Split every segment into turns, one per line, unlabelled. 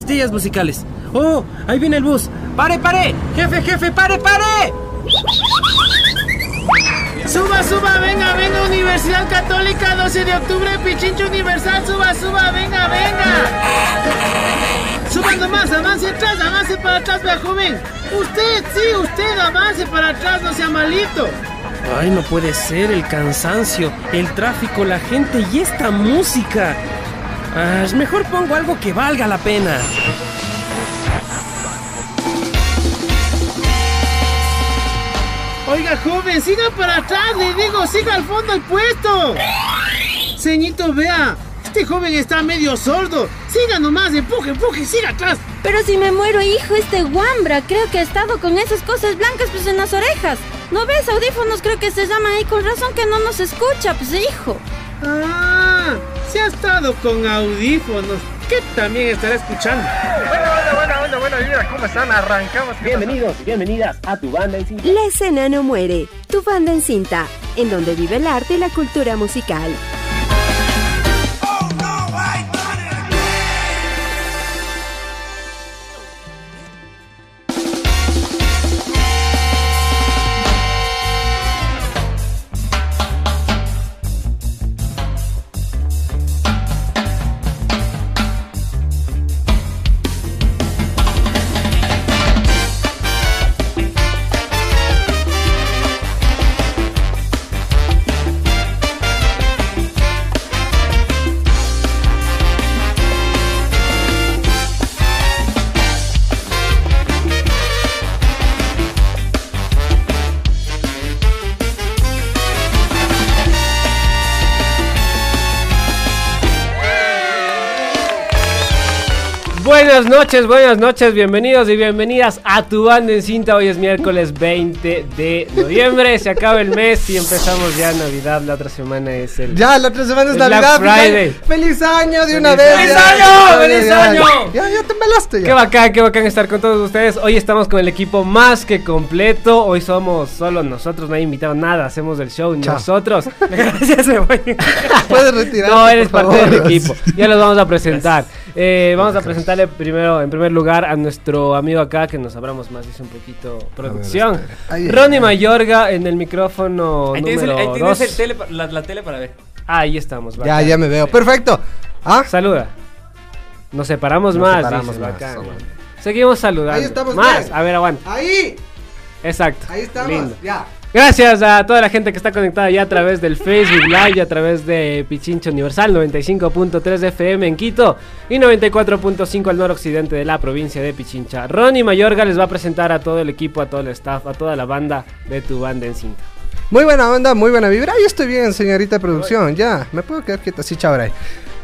estrellas musicales. ¡Oh! Ahí viene el bus. ¡Pare, pare! ¡Jefe, jefe, pare, pare!
Suba, suba, venga, venga, Universidad Católica, 12 de octubre, Pichincho Universal, suba, suba, venga, venga. Suba nomás, avance atrás, avance para atrás, vea joven. Usted, sí, usted, avance para atrás, no sea malito.
Ay, no puede ser, el cansancio, el tráfico, la gente y esta música. Ah, mejor pongo algo que valga la pena.
Oiga, joven, siga para atrás, le digo, siga al fondo del puesto. Señito, vea, este joven está medio sordo. Siga nomás, empuje, empuje, siga atrás.
Pero si me muero, hijo, este guambra, creo que ha estado con esas cosas blancas pues en las orejas. ¿No ves? Audífonos creo que se llaman ahí con razón que no nos escucha, pues hijo.
Ah, se ha estado con audífonos. Que también estará escuchando.
Bueno, bueno, bueno, bueno, mira cómo están, arrancamos.
Bienvenidos y bienvenidas a tu banda en cinta.
La escena no muere, tu banda en cinta, en donde vive el arte y la cultura musical.
Buenas noches, buenas noches, bienvenidos y bienvenidas a tu banda en cinta. Hoy es miércoles 20 de noviembre, se acaba el mes y empezamos ya Navidad. La otra semana es el.
Ya, la otra semana es
Black
Navidad.
Friday.
Feliz, feliz año de una
¡Feliz
vez. ya.
año! ¡Feliz
ya, ya,
año!
Ya, ya te embalaste ya.
Qué bacán, qué bacán estar con todos ustedes. Hoy estamos con el equipo más que completo. Hoy somos solo nosotros, no hay invitado nada. Hacemos el show
Chao.
nosotros. Gracias, me voy.
Puedes retirarte,
No, eres
por
parte del
favor.
equipo. Ya los vamos a presentar. Eh, vamos a presentarle primero, en primer lugar, a nuestro amigo acá que nos abramos más, dice un poquito producción.
Ahí, ahí,
Ronnie
ahí.
Mayorga en el micrófono
Ahí tienes, el, ahí
número
tienes el
2.
tele, pa- la, la tele para ver.
Ahí estamos,
Ya,
bacán.
ya me veo. Perfecto. Ah,
Saluda. Nos separamos
Nos
más,
separamos
dice,
más,
bacán.
aguanta.
Seguimos saludando.
Ahí estamos
Más,
bien.
a ver, aguanta.
ahí,
Exacto.
ahí estamos.
Lindo.
Ya.
Gracias a toda la gente que está conectada ya a través del Facebook Live y a través de Pichincho Universal 95.3 FM en Quito y 94.5 al noroccidente de la provincia de Pichincha. Ronnie Mayorga les va a presentar a todo el equipo, a todo el staff, a toda la banda de tu banda en cinta.
Muy buena onda, muy buena vibra. Yo estoy bien, señorita producción. Ya, me puedo quedar quieta así, chabray.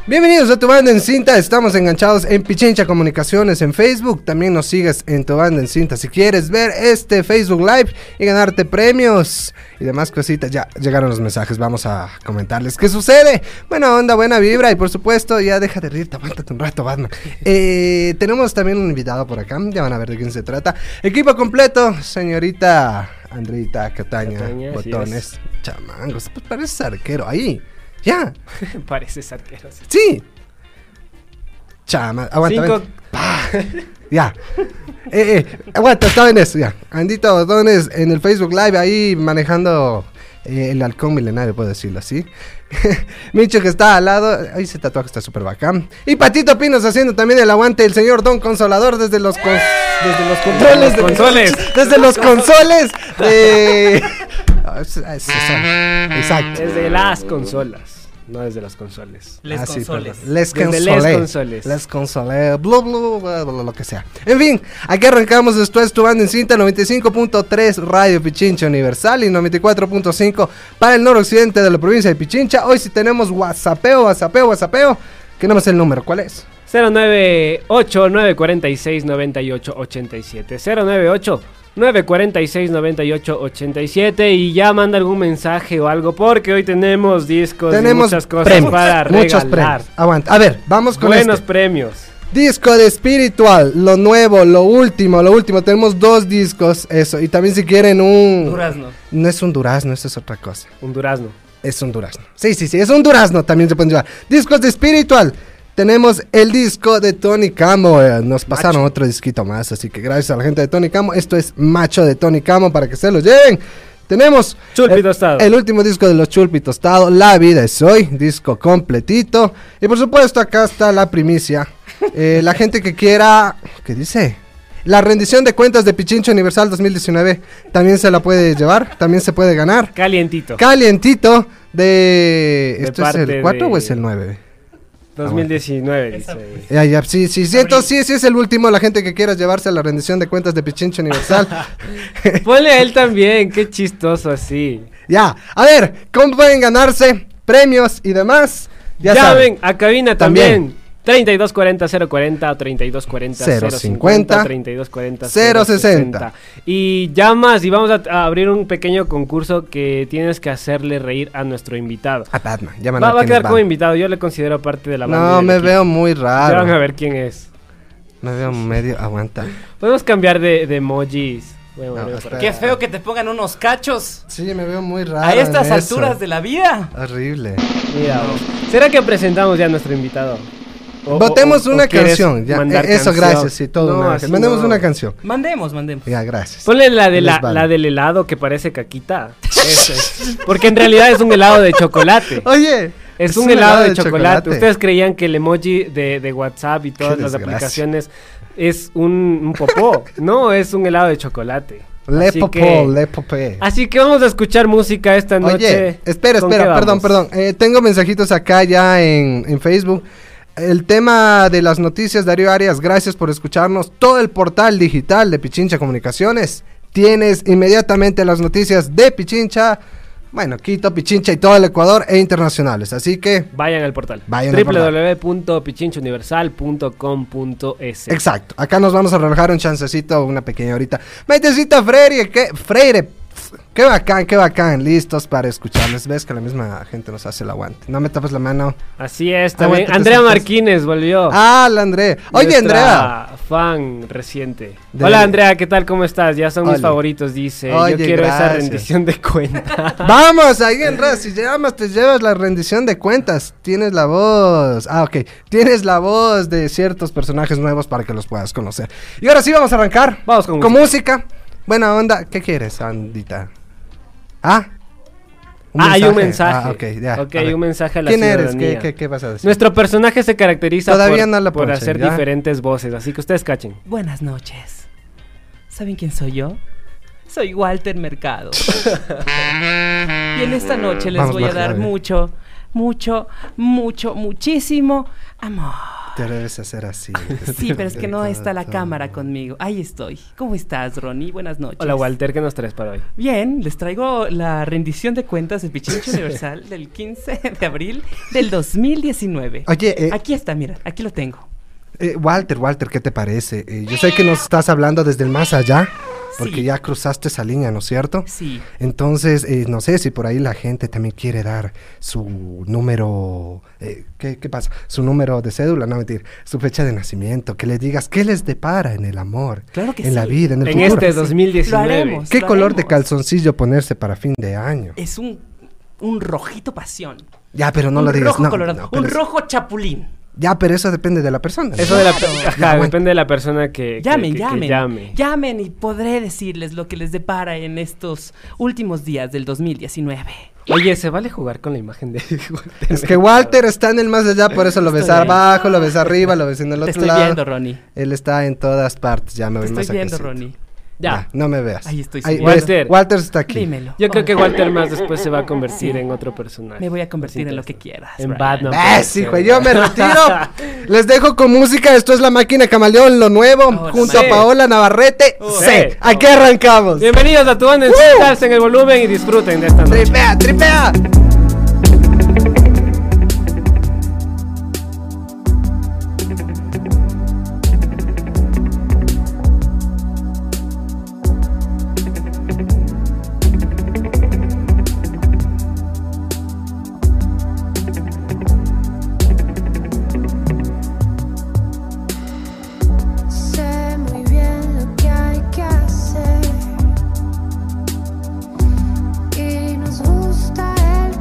Bienvenidos a Tu Banda en Cinta. Estamos enganchados en Pichincha Comunicaciones en Facebook. También nos sigues en Tu Banda en Cinta. Si quieres ver este Facebook Live y ganarte premios y demás cositas, ya llegaron los mensajes. Vamos a comentarles qué sucede. Buena onda, buena vibra. Y por supuesto, ya deja de rirte, aguántate un rato, Batman. Eh, tenemos también un invitado por acá. Ya van a ver de quién se trata. Equipo completo, señorita Andreita Cataña.
Cataña, así
botones, chamangos. Pues pareces arquero ahí. Ya.
Pareces arquero. sí.
Sí. Chama, aguanta.
Cinco-
ven. Ya. Eh, eh, aguanta, estaba en eso, ya. Andita Botones en el Facebook Live ahí manejando eh, el halcón milenario, puedo decirlo así. Micho que está al lado, ahí se tatuaje está súper bacán. Y Patito Pinos haciendo también el aguante, el señor Don Consolador desde los, cons- desde los controles.
Los
de-
consoles.
Desde los consoles. de- Ah, es- es- es- Exacto.
Desde las consolas, no desde los consoles.
Les
Ah, sí,
consoles.
perdón. les
Desde les
consolé.
consoles.
Les consolé. Blu, blu, bla, bla, lo que sea. En fin, aquí arrancamos. Esto es tu banda en cinta 95.3 Radio Pichincha Universal y 94.5 para el noroccidente de la provincia de Pichincha. Hoy sí tenemos WhatsAppeo, WhatsAppeo, WhatsAppeo. Que no me sé el número, ¿cuál es?
098 946 98 87 098 946 98 87 y ya manda algún mensaje o algo porque hoy tenemos discos Pues, y
tenemos
muchas cosas
premios.
para
muchos
regalar.
premios. Aguanta. A ver, vamos con
Buenos
este.
premios.
Disco de espiritual, lo nuevo, lo último, lo último. Tenemos dos discos, eso. Y también si quieren un...
Durazno.
No es un durazno, eso es otra cosa.
Un durazno.
Es un durazno. Sí, sí, sí, es un durazno también se pueden llevar. Discos de espiritual. Tenemos el disco de Tony Camo. eh, Nos pasaron otro disquito más, así que gracias a la gente de Tony Camo. Esto es Macho de Tony Camo para que se lo lleven. Tenemos
Chulpi
el-
Tostado.
el último disco de los Chulpi Tostado, La Vida es Hoy, disco completito. Y por supuesto, acá está la primicia. Eh, la gente que quiera, ¿qué dice? La rendición de cuentas de Pichincho Universal 2019 también se la puede llevar, también se puede ganar
Calientito.
calientito de... ¿Esto es
parte
el 4
de-
o es el 9?
2019, dice.
Ya, ya, sí, sí, sí, entonces sí, sí es el último, la gente que quiera llevarse a la rendición de cuentas de Pichincho Universal.
Ponle a él también, qué chistoso así.
ya, a ver, ¿cómo pueden ganarse premios y demás? Ya saben.
Llamen a cabina también. 3240-040 3240-050 3240-060 Y llamas y vamos a, a abrir un pequeño concurso que tienes que hacerle reír a nuestro invitado.
A Batman, llaman
Va,
a
va a
quien
quedar
va.
como invitado, yo le considero parte de la banda. y
No,
del
me
equipo.
veo muy
Ya van a
raro.
ver quién es.
Me veo medio... Aguanta.
Podemos cambiar de, de emojis. Bueno,
No,
bueno,
espera.
Qué feo que te pongan unos cachos
Sí, me veo muy raro.
a estas
en eso.
alturas de la vida.
Horrible.
mira, vos. ¿Será que presentamos ya a nuestro invitado? O-
Votemos
o- o
una
quieres
canción. Ya.
mandar
eh, Eso,
canción?
gracias, sí, todo.
No,
un ángel.
así
Mandemos
no.
una canción.
Mandemos, mandemos.
Ya, gracias.
Ponle la, de
Les
la,
vale.
la del helado que parece caquita. Ese. Porque en realidad es un helado de chocolate.
Oye,
Es, un, helado, de, chocolate. Ustedes creían que el emoji de, de WhatsApp y todas las
desgracia.
aplicaciones es un, un popó. no, es un helado de chocolate.
Le
así,
popó,
que,
le popé.
así que vamos a escuchar música esta noche.
Oye, espera,
¿Con qué
espera, perdón, perdón.
vamos?
Eh, tengo mensajitos acá ya en, en Facebook. El tema de las noticias, Darío Arias, gracias por escucharnos. Todo el portal digital de Pichincha Comunicaciones. Tienes inmediatamente las noticias de Pichincha, bueno, Quito, Pichincha y todo el Ecuador e internacionales. Así que,
Vayan al portal.
Vayan al portal.
www.pichinchouniversal.com.es
exacto. Acá nos vamos a relajar un chancecito, una pequeña horita. Maitecita Freire, que Freire. pf, Qué bacán, qué bacán, listos para escucharles. Ves que la misma gente nos hace el aguante. No me tapes la mano.
Así es, también.
Aguanta que
Andrea
estás-
Marquines volvió.
Ah, la Andrea. Oye,
Oh. Nuestra
Andrea.
Fan reciente.
De-
Hola Andrea, ¿qué tal? ¿Cómo estás? Ya son
Oli.
mis favoritos, dice.
Oye,
Yo quiero esa
gracias.
rendición de cuenta.
Vamos, ahí en Raz, si llamas, te llevas la rendición de cuentas. Tienes la voz. Ah, ok. Tienes la voz de ciertos personajes nuevos para que los puedas conocer. Y ahora sí vamos a arrancar.
Vamos con
música. Buena onda. ¿Qué quieres, Andita? ¿Ah?
Ah, hay un mensaje.
Ah, ok, ya.
Ok,
a
hay
ver.
un mensaje a la
¿Quién eres? ¿Qué,
ciudadanía.
qué, qué vas a decir?
Nuestro personaje se caracteriza
Todavía
por,
no la
por
ponchen,
hacer
¿ya?
diferentes voces, así que ustedes cachen.
Buenas noches. ¿Saben quién soy yo? Soy Walter Mercado. y en esta noche les
Vamos,
voy a
Majo,
dar
dale.
mucho, mucho, mucho, muchísimo amor.
Te debes hacer así.
Sí, pero es que no está la cámara conmigo. Ahí estoy. ¿Cómo estás, Ronnie? Buenas noches.
Hola Walter, ¿qué nos traes para hoy?
Bien, les traigo la rendición de cuentas de Pichincho Universal del 15 de abril del 2019.
Oye, eh,
Aquí está, mira, aquí lo tengo.
Eh, Walter, Walter, ¿qué te parece? Eh, yo sé que nos estás hablando desde el más allá, porque
Sí.
ya cruzaste esa línea, ¿no es cierto?
Sí.
Entonces, eh, no sé si por ahí la gente también quiere dar su número, eh, ¿qué, qué pasa? Su número de cédula, no mentir, su fecha de nacimiento, que le digas qué les depara en el amor,
Claro que
en la
sí.
vida, en el
En
futuro.
este 2019.
Lo haremos.
¿Qué
lo
color
haremos.
de
Eh,
calzoncillo ponerse para fin de año?
Es un, un rojito pasión.
Ya, pero no
un
lo digas.
rojo
no,
colorado.
no, pero
un
es-
rojo chapulín.
Ya, pero eso depende de la persona. ¿no?
Eso de la ajá,
bueno.
depende de la persona que, que-
Llamen,
que- que
llamen.
llame.
Llamen y podré decirles lo que les depara en estos últimos días del 2019.
Oye, ¿se vale jugar con la imagen de Walter?
Es que Walter está en el más allá, por eso lo ves
Estoy bien.
abajo, lo ves arriba, lo ves en el
Te
otro
estoy
lado.
viendo, Ronnie.
Él está en todas partes, ya me
Te
voy
estoy
más
viendo,
acá.
Ronnie.
Ya.
no me veas.
Ahí estoy
Ahí,
subiendo.
ves,
Walter.
Walter está aquí.
Dímelo.
Yo creo que Walter más después se va a convertir en otro personaje.
Me voy a convertir
Así
en lo que quieras,
En
Brian.
Batman.
¿Ves,
puede
hijo? Yo
ser.
me retiro. Les dejo con música. Esto es La Máquina Camaleón, lo nuevo,
Hola,
junto
sí.
a Paola Navarrete.
Oh,
Sí.
sí.
Aquí arrancamos.
Pues, Bienvenidos a tu banda en Cintas, en el volumen y disfruten de esta noche.
Tripea, tripea.
Sé muy bien lo que hay que hacer y nos gusta el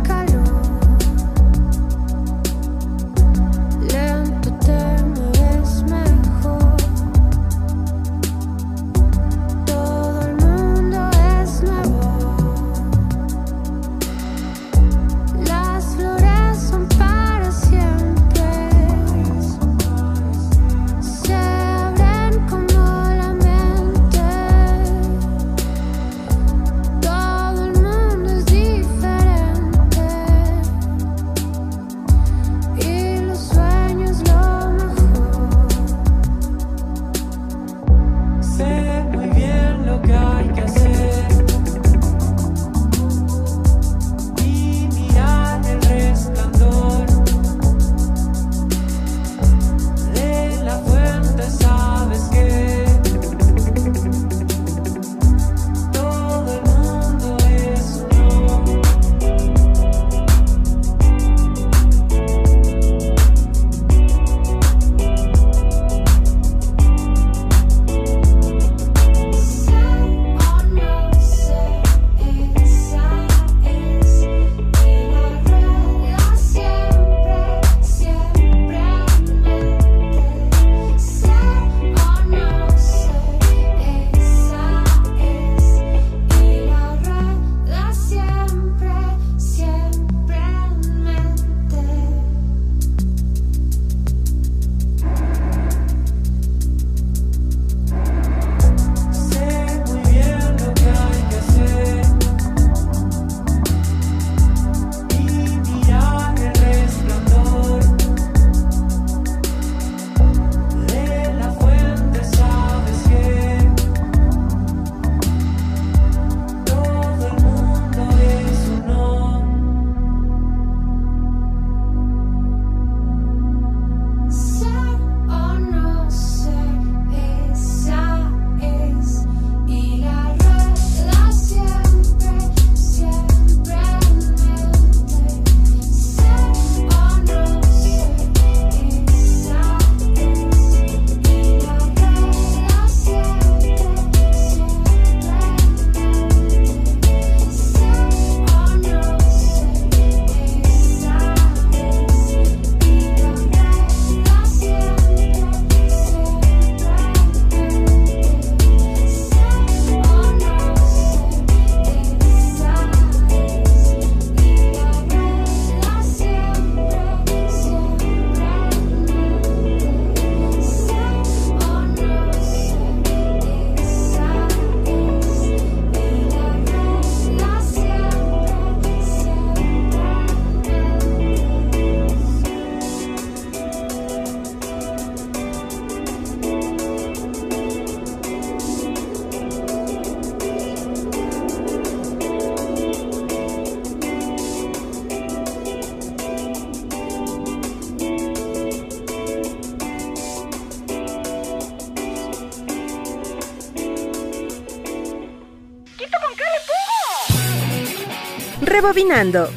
Rebobinando.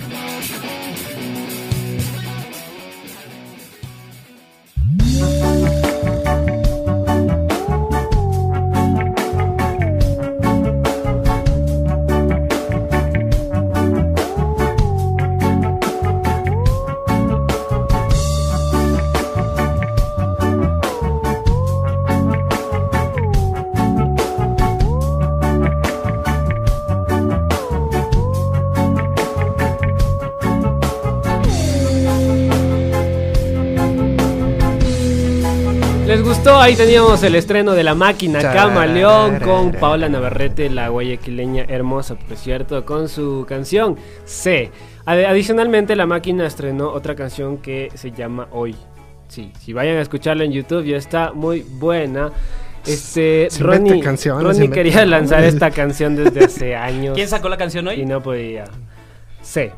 ¿Les gustó? Ahí teníamos el estreno de La Máquina
Charará,
Camaleón con
charará.
Paola Navarrete, la guayaquileña hermosa, por cierto, con su canción C. Ade- Adicionalmente, La Máquina estrenó otra canción que se llama Hoy. Sí, si vayan a escucharla en YouTube, ya está muy buena. Este,
Se inventa
Ronnie,
canciones,
Ronnie
se inventa
quería lanzar
canciones.
esta canción desde hace años
¿Quién sacó la canción
y
hoy?
no podía. C,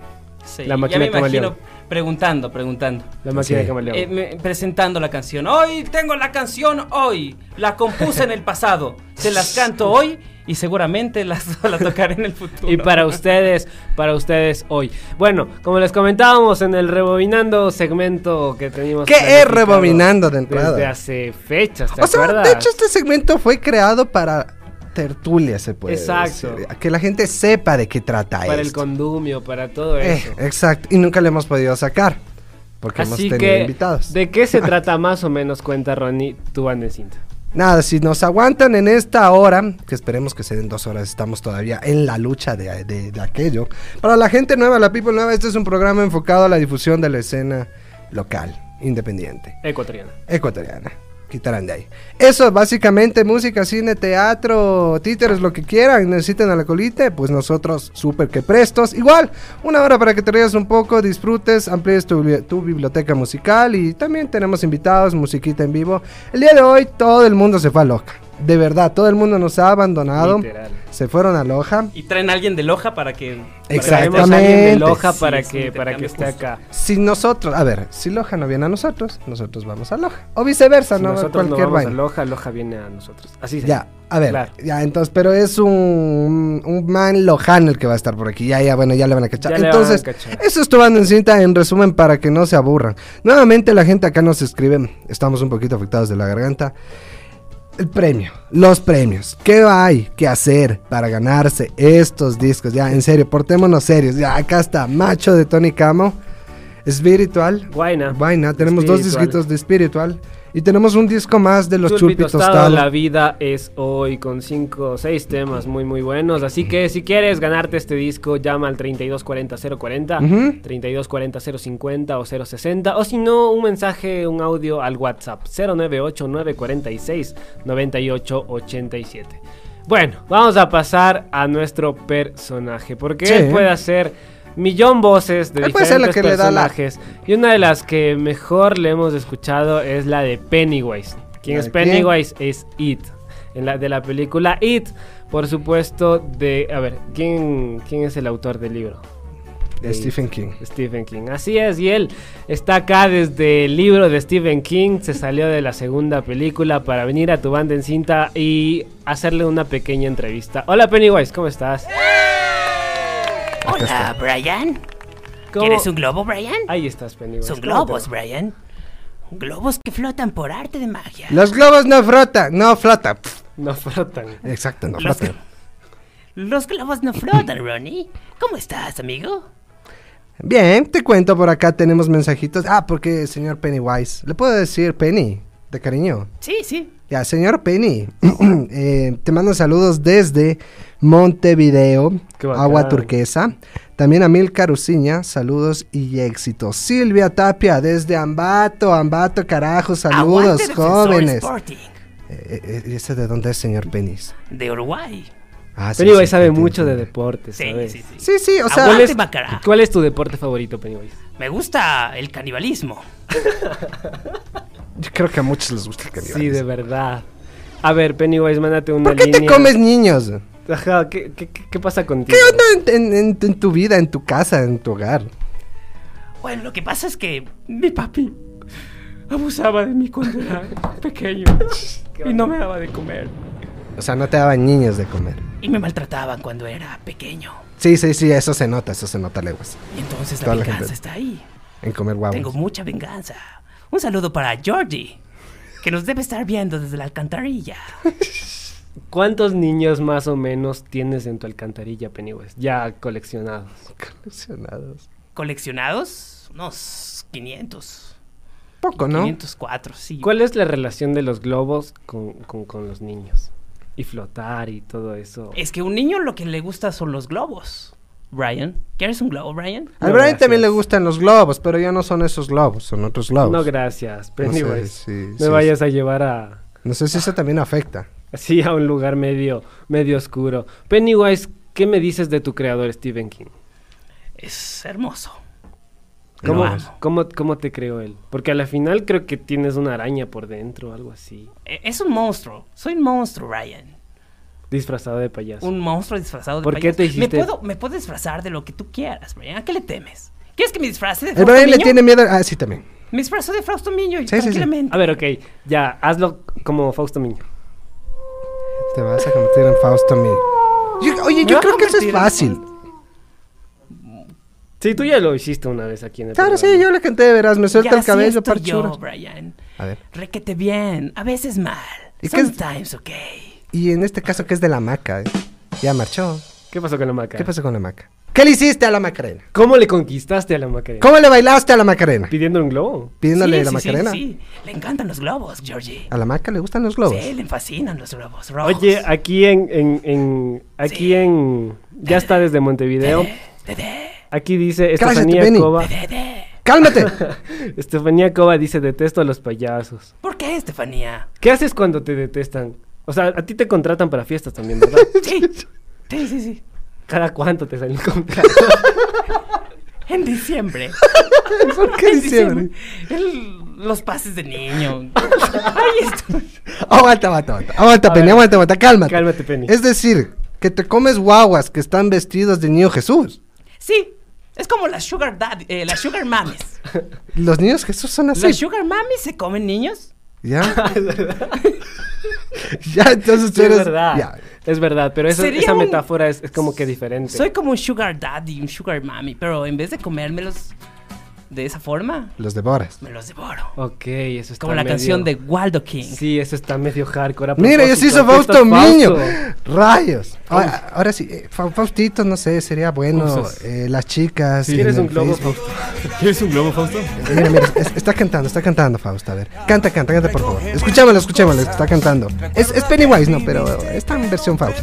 Sí,
La Máquina
ya me imagino
Camaleón.
preguntando, preguntando.
La Máquina
Pues Sí.
de Camaleón.
Eh, me- presentando la canción. Hoy tengo la canción hoy. La compuse en el pasado. Se las canto hoy y seguramente las, las tocaré en el futuro.
Y para ustedes, para ustedes hoy. Bueno, como les comentábamos en el rebobinando segmento que teníamos.
¿Qué es
planificado
Rebobinando de entrada?
Desde hace fechas, ¿te
O sea,
acuerdas?
de hecho este segmento fue creado para tertulia, se puede
Exacto.
decir. Que la gente sepa de qué trata
para el
esto.
condumio, para todo
Eh,
eso.
exacto, y nunca lo hemos podido sacar. Porque hemos
Así
tenido
que,
invitados.
¿de qué se trata más o menos cuenta Ronnie tu banda en cinta?
Nada, si nos aguantan en esta hora, que esperemos que se den dos horas, estamos todavía en la lucha de, de- de aquello. Para la gente nueva, la People Nueva, este es un programa enfocado a la difusión de la escena local, independiente,
Ecuatoriana.
ecuatoriana. Quitarán de ahí. Eso, básicamente, música, cine, teatro, títeres, lo que quieran, necesiten a la colite, pues nosotros súper que prestos. Igual, una hora para que te rías un poco, disfrutes, amplíes tu, bibli- tu biblioteca musical y también tenemos invitados, musiquita en vivo. El día de hoy todo el mundo se fue a Loja. De verdad, todo el mundo nos ha abandonado.
Literal.
Se fueron a Loja.
Y traen a alguien de Loja para que. para que-
Exacto.
Traemos a alguien de
Exactamente.
Loja
Sí,
para,
es un
que, para que
intercambio
esté
justo.
acá.
Si nosotros, a ver, si Loja no viene a nosotros, nosotros vamos a Loja. O viceversa,
Si
no
nosotros no
cualquier
vamos
vaina.
a Loja, Loja viene a nosotros. Así
Ya, a ver,
Claro.
ya, entonces, pero es un, un man lojano el que va a estar por aquí. Ya, ya, bueno, ya le van a cachar.
Ya le van a
entonces,
cachar.
eso es tu banda en cinta, en resumen, para que no se aburran. Nuevamente, la gente acá nos escribe, estamos un poquito afectados de la garganta. El premio, los premios. ¿Qué hay que hacer para ganarse estos discos? Ya, en serio, portémonos serios. Ya, acá está Macho de Tony Camo, Spiritual,
Guayna.
Vaina. Tenemos dos
Spiritual.
disquitos de Spiritual. Y tenemos un disco más de los
Chulpi
Chupitos
Tostado,
Tostado.
La vida es hoy con 5 o 6 temas muy muy buenos. Así que si quieres ganarte este disco, llama al 3240-040,
Ujú.
3240-050 o 060. O si no, un mensaje, un audio al WhatsApp 098-946-9887. Bueno, vamos a pasar a nuestro personaje. Porque
Sí.
él puede hacer millón voces de
Él puede ser la
diferentes
que le da la-
personajes. Y una de las que mejor le hemos escuchado es la de Pennywise. Quien
¿La
es
de quién?
Pennywise es It. En la, de la película It, por supuesto, de... A ver, ¿quién, quién es el autor del libro?
de Stephen King.
Stephen King. Así es, y él está acá desde el libro de Stephen King, se salió de la segunda película para venir a tu banda en cinta y hacerle una pequeña entrevista. Hola Pennywise, ¿cómo estás?
Hola, Brian.
¿Cómo-
¿Quieres un globo, Brian?
Ahí estás, Pennywise.
Son
¿Cómo te
globos,
va?
Brian. Globos que flotan por arte de magia.
Los globos no flotan, no flotan. Pff,
No flotan.
Exacto, no
Los
flotan.
Los globos no flotan, Ronnie. ¿Cómo estás, amigo?
Bien, te cuento por acá tenemos mensajitos. Ah, porque señor Pennywise, le puedo decir Penny, de cariño.
Sí, sí.
Ya, señor Penny, eh, te mando saludos desde Montevideo,
Qué bacán.
Agua Turquesa. También a Mil Caruciña, saludos y éxito. Silvia Tapia, desde Ambato, Ambato, carajo, saludos,
Aguante, Defensor
jóvenes.
Sporting
Eh, eh, eh, ¿Ese de dónde es, señor Penis?
de Uruguay.
Ah, sí,
Pennywise
sí,
sabe
entiendo,
mucho de
entiendo.
deportes,
Sí,
¿sabes?
sí, sí.
Sí, sí, o sea,
¿Cuál
Aguante,
es,
Macará.
cuál es tu deporte favorito, Pennywise?
Me gusta el canibalismo.
yo creo que a muchos les gusta el canibalismo.
Sí, de verdad. A ver, Pennywise, mándate una
¿Por qué te
línea.
comes niños?
Ajá, ¿qué, qué, qué- qué pasa
¿Qué
contigo?
onda en, en- en tu- en tu vida, en tu casa, en tu hogar?
Bueno, lo que pasa es que mi papi abusaba de mí cuando era pequeño y no me daba de comer.
O sea, no te daban niños de comer.
y me maltrataban cuando era pequeño.
Sí, sí, sí, eso se nota, eso se nota, Leguas.
Y entonces la
Toda la
venganza
gente.
está ahí.
En comer guavas.
Tengo mucha venganza. Un saludo para Georgie, que nos debe estar viendo desde la alcantarilla.
¿Cuántos niños más o menos tienes en tu alcantarilla, Pennywise? Ya coleccionados.
Coleccionados.
¿Coleccionados? Unos 500.
Poco, ¿no?
504, sí.
¿Cuál es la relación de los globos con, con- con los niños? Y flotar y todo eso.
Es que a un niño lo que le gusta son los globos. Brian, ¿quieres un globo, Brian?
Al
No,
Brian también
gracias.
le gustan los globos, pero ya no son esos globos, son otros globos.
No, gracias, Pennywise.
sí,
me
sí,
vayas a llevar a
No sé si eso también afecta.
así a un lugar medio, medio oscuro. Pennywise, ¿qué me dices de tu creador Stephen King?
Es hermoso. Lo
¿Cómo,
amo.
cómo, cómo te creó él? Porque a la final creo que tienes una araña por dentro o algo así.
E- Es un monstruo. Soy un monstruo, Brian.
Disfrazado de payaso.
Un monstruo disfrazado de
¿Por qué
payaso.
te
me
hiciste-
puedo, me puedo disfrazar de lo que tú quieras, Brian. ¿A qué le temes? ¿Quieres que me disfrace de
El
Fausto
Eh, Brian le
Miño?
tiene miedo. Ah, sí, también.
Me disfrazo de Fausto Miño
sí, sí.
tranquilamente.
A ver, ok, ya, hazlo como Fausto Miño.
Te vas a convertir en Fausto Miño. Yo- oye,
Me
yo
va a
creo que eso es
convertir en
fácil.
Sí, tú ya lo hiciste una vez aquí en el
Claro, sí,
programa.
yo le canté, verás, me suelta
Ya
el cabello,
así estoy
parchura.
yo, Brian.
A ver.
Requete bien, a veces mal.
¿Y qué es-
Sometimes, ok.
Y en este caso que es de la maca, ¿eh? Ya marchó.
¿Qué pasó con la Macarena?
¿Qué pasó con la maca? ¿Qué le hiciste a la Macarena?
¿Cómo le conquistaste a la Macarena?
¿Cómo le bailaste a la Macarena?
¿Pidiendo un globo?
Pidiéndole
Sí,
a la
sí, sí,
Macarena.
Sí, Le encantan los globos, Georgie.
A la maca le gustan los globos.
Sí, le fascinan los globos rojos.
Oye, aquí en, en, en- aquí
Sí.
en, ya está desde Montevideo.
Eh.
Dede,
Aquí dice
Cállate,
Estefanía
Benny.
Cova.
dede.
¡Cálmate!
Estefanía Cova dice detesto a los payasos.
¿Por qué, Estefanía?
¿Qué haces cuando te detestan? O sea, a ti te contratan para fiestas también, ¿verdad?
Sí, sí, sí, sí.
¿Cada cuánto te salen contra?
En diciembre.
¿Por qué
En
diciembre?
El- los pases de niño. Ay, esto.
Aguanta, aguanta, aguanta. Aguanta,
A
Penny,
ver.
aguanta, aguanta. Cálmate.
Cálmate, Penny.
Es decir, que te comes guaguas que están vestidos de niño Jesús.
Sí, es como las sugar daddy, eh, las sugar mames.
Los niños Jesús son así.
¿Las sugar mames se comen niños?
¿Ya? ya, entonces tú
es
eres.
verdad.
Ya.
Es verdad, pero esa,
Sería
esa
un-
metáfora es, es como que diferente.
Soy como un sugar daddy, un sugar mami, pero en vez de comérmelos de esa forma,
Los devoras.
me los devoro.
Ok, eso está
Como la
medio-
canción de Waldo King.
Sí, eso está medio hardcore. A
Mira, ya se hizo
propósito,
Fausto Miño.
Fausto.
Rayos. Ahora, ahora sí, eh, Fa- Faustito, no sé, sería bueno.
Usas.
eh, las chicas.
Si ¿Quieres
en
un
el
globo,
Facebook.
Fausto?
¿Quieres un globo, Fausto?
Mira, mira, es- está cantando, está cantando, Fausto. A ver, canta, canta, canta, por favor. Escuchémoslo, escuchémoslo, está cantando. Es, es Pennywise, no, pero está en versión Fausto.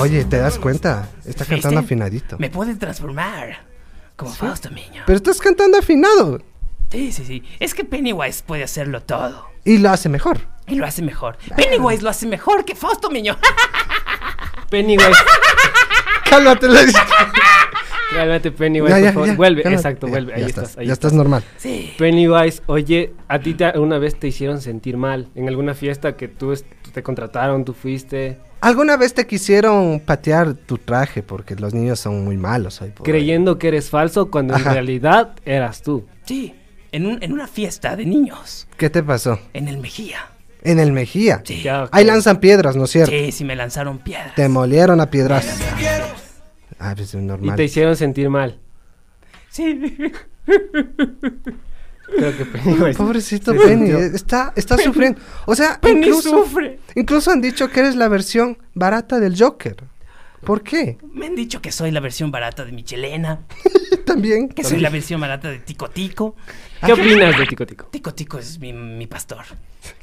Oye, ¿te das cuenta? Está cantando
¿Viste?
afinadito.
Me puede transformar. Como Fausto Miño.
Pero estás cantando afinado.
Sí, sí, sí. Es que Pennywise puede hacerlo todo.
Y lo hace mejor.
Y lo hace mejor. Pennywise lo hace mejor que Fausto Miño.
Pennywise.
Cálmate, le dice.
Cálmate, Pennywise,
Ya,
por
ya,
favor.
ya,
vuelve,
cálmate.
exacto,
Ya,
vuelve.
ya
Ahí
estás,
estás, ahí
ya
estás.
estás normal.
sí.
Pennywise, oye, a ti te- una vez te hicieron sentir mal en alguna fiesta que tú est- te contrataron, tú fuiste
¿Alguna vez te quisieron patear tu traje? Porque los niños son muy malos hoy. por hoy.
creyendo que eres falso cuando
Ajá.
en realidad eras tú.
Sí. En, un- en una fiesta de niños.
¿Qué te pasó?
En el Mejía.
En el Mejía.
Sí.
Ya,
Ahí
ok.
lanzan piedras, ¿no es cierto?
Sí, sí me lanzaron piedras.
Te molieron a piedras. Ah, pues es normal.
Y te hicieron sentir mal.
Sí.
Creo que Pennywise.
Pobrecito
se
Penny,
sintió-
eh, está, está sufriendo. O sea,
Penny
incluso,
sufre.
incluso han dicho que eres la versión barata del Joker. ¿Por qué?
Me han dicho que soy la versión barata de Michelena.
También.
Que soy la versión barata de Tico Tico.
¿Qué opinas de Tico Tico?
Tico Tico es mi, mi pastor.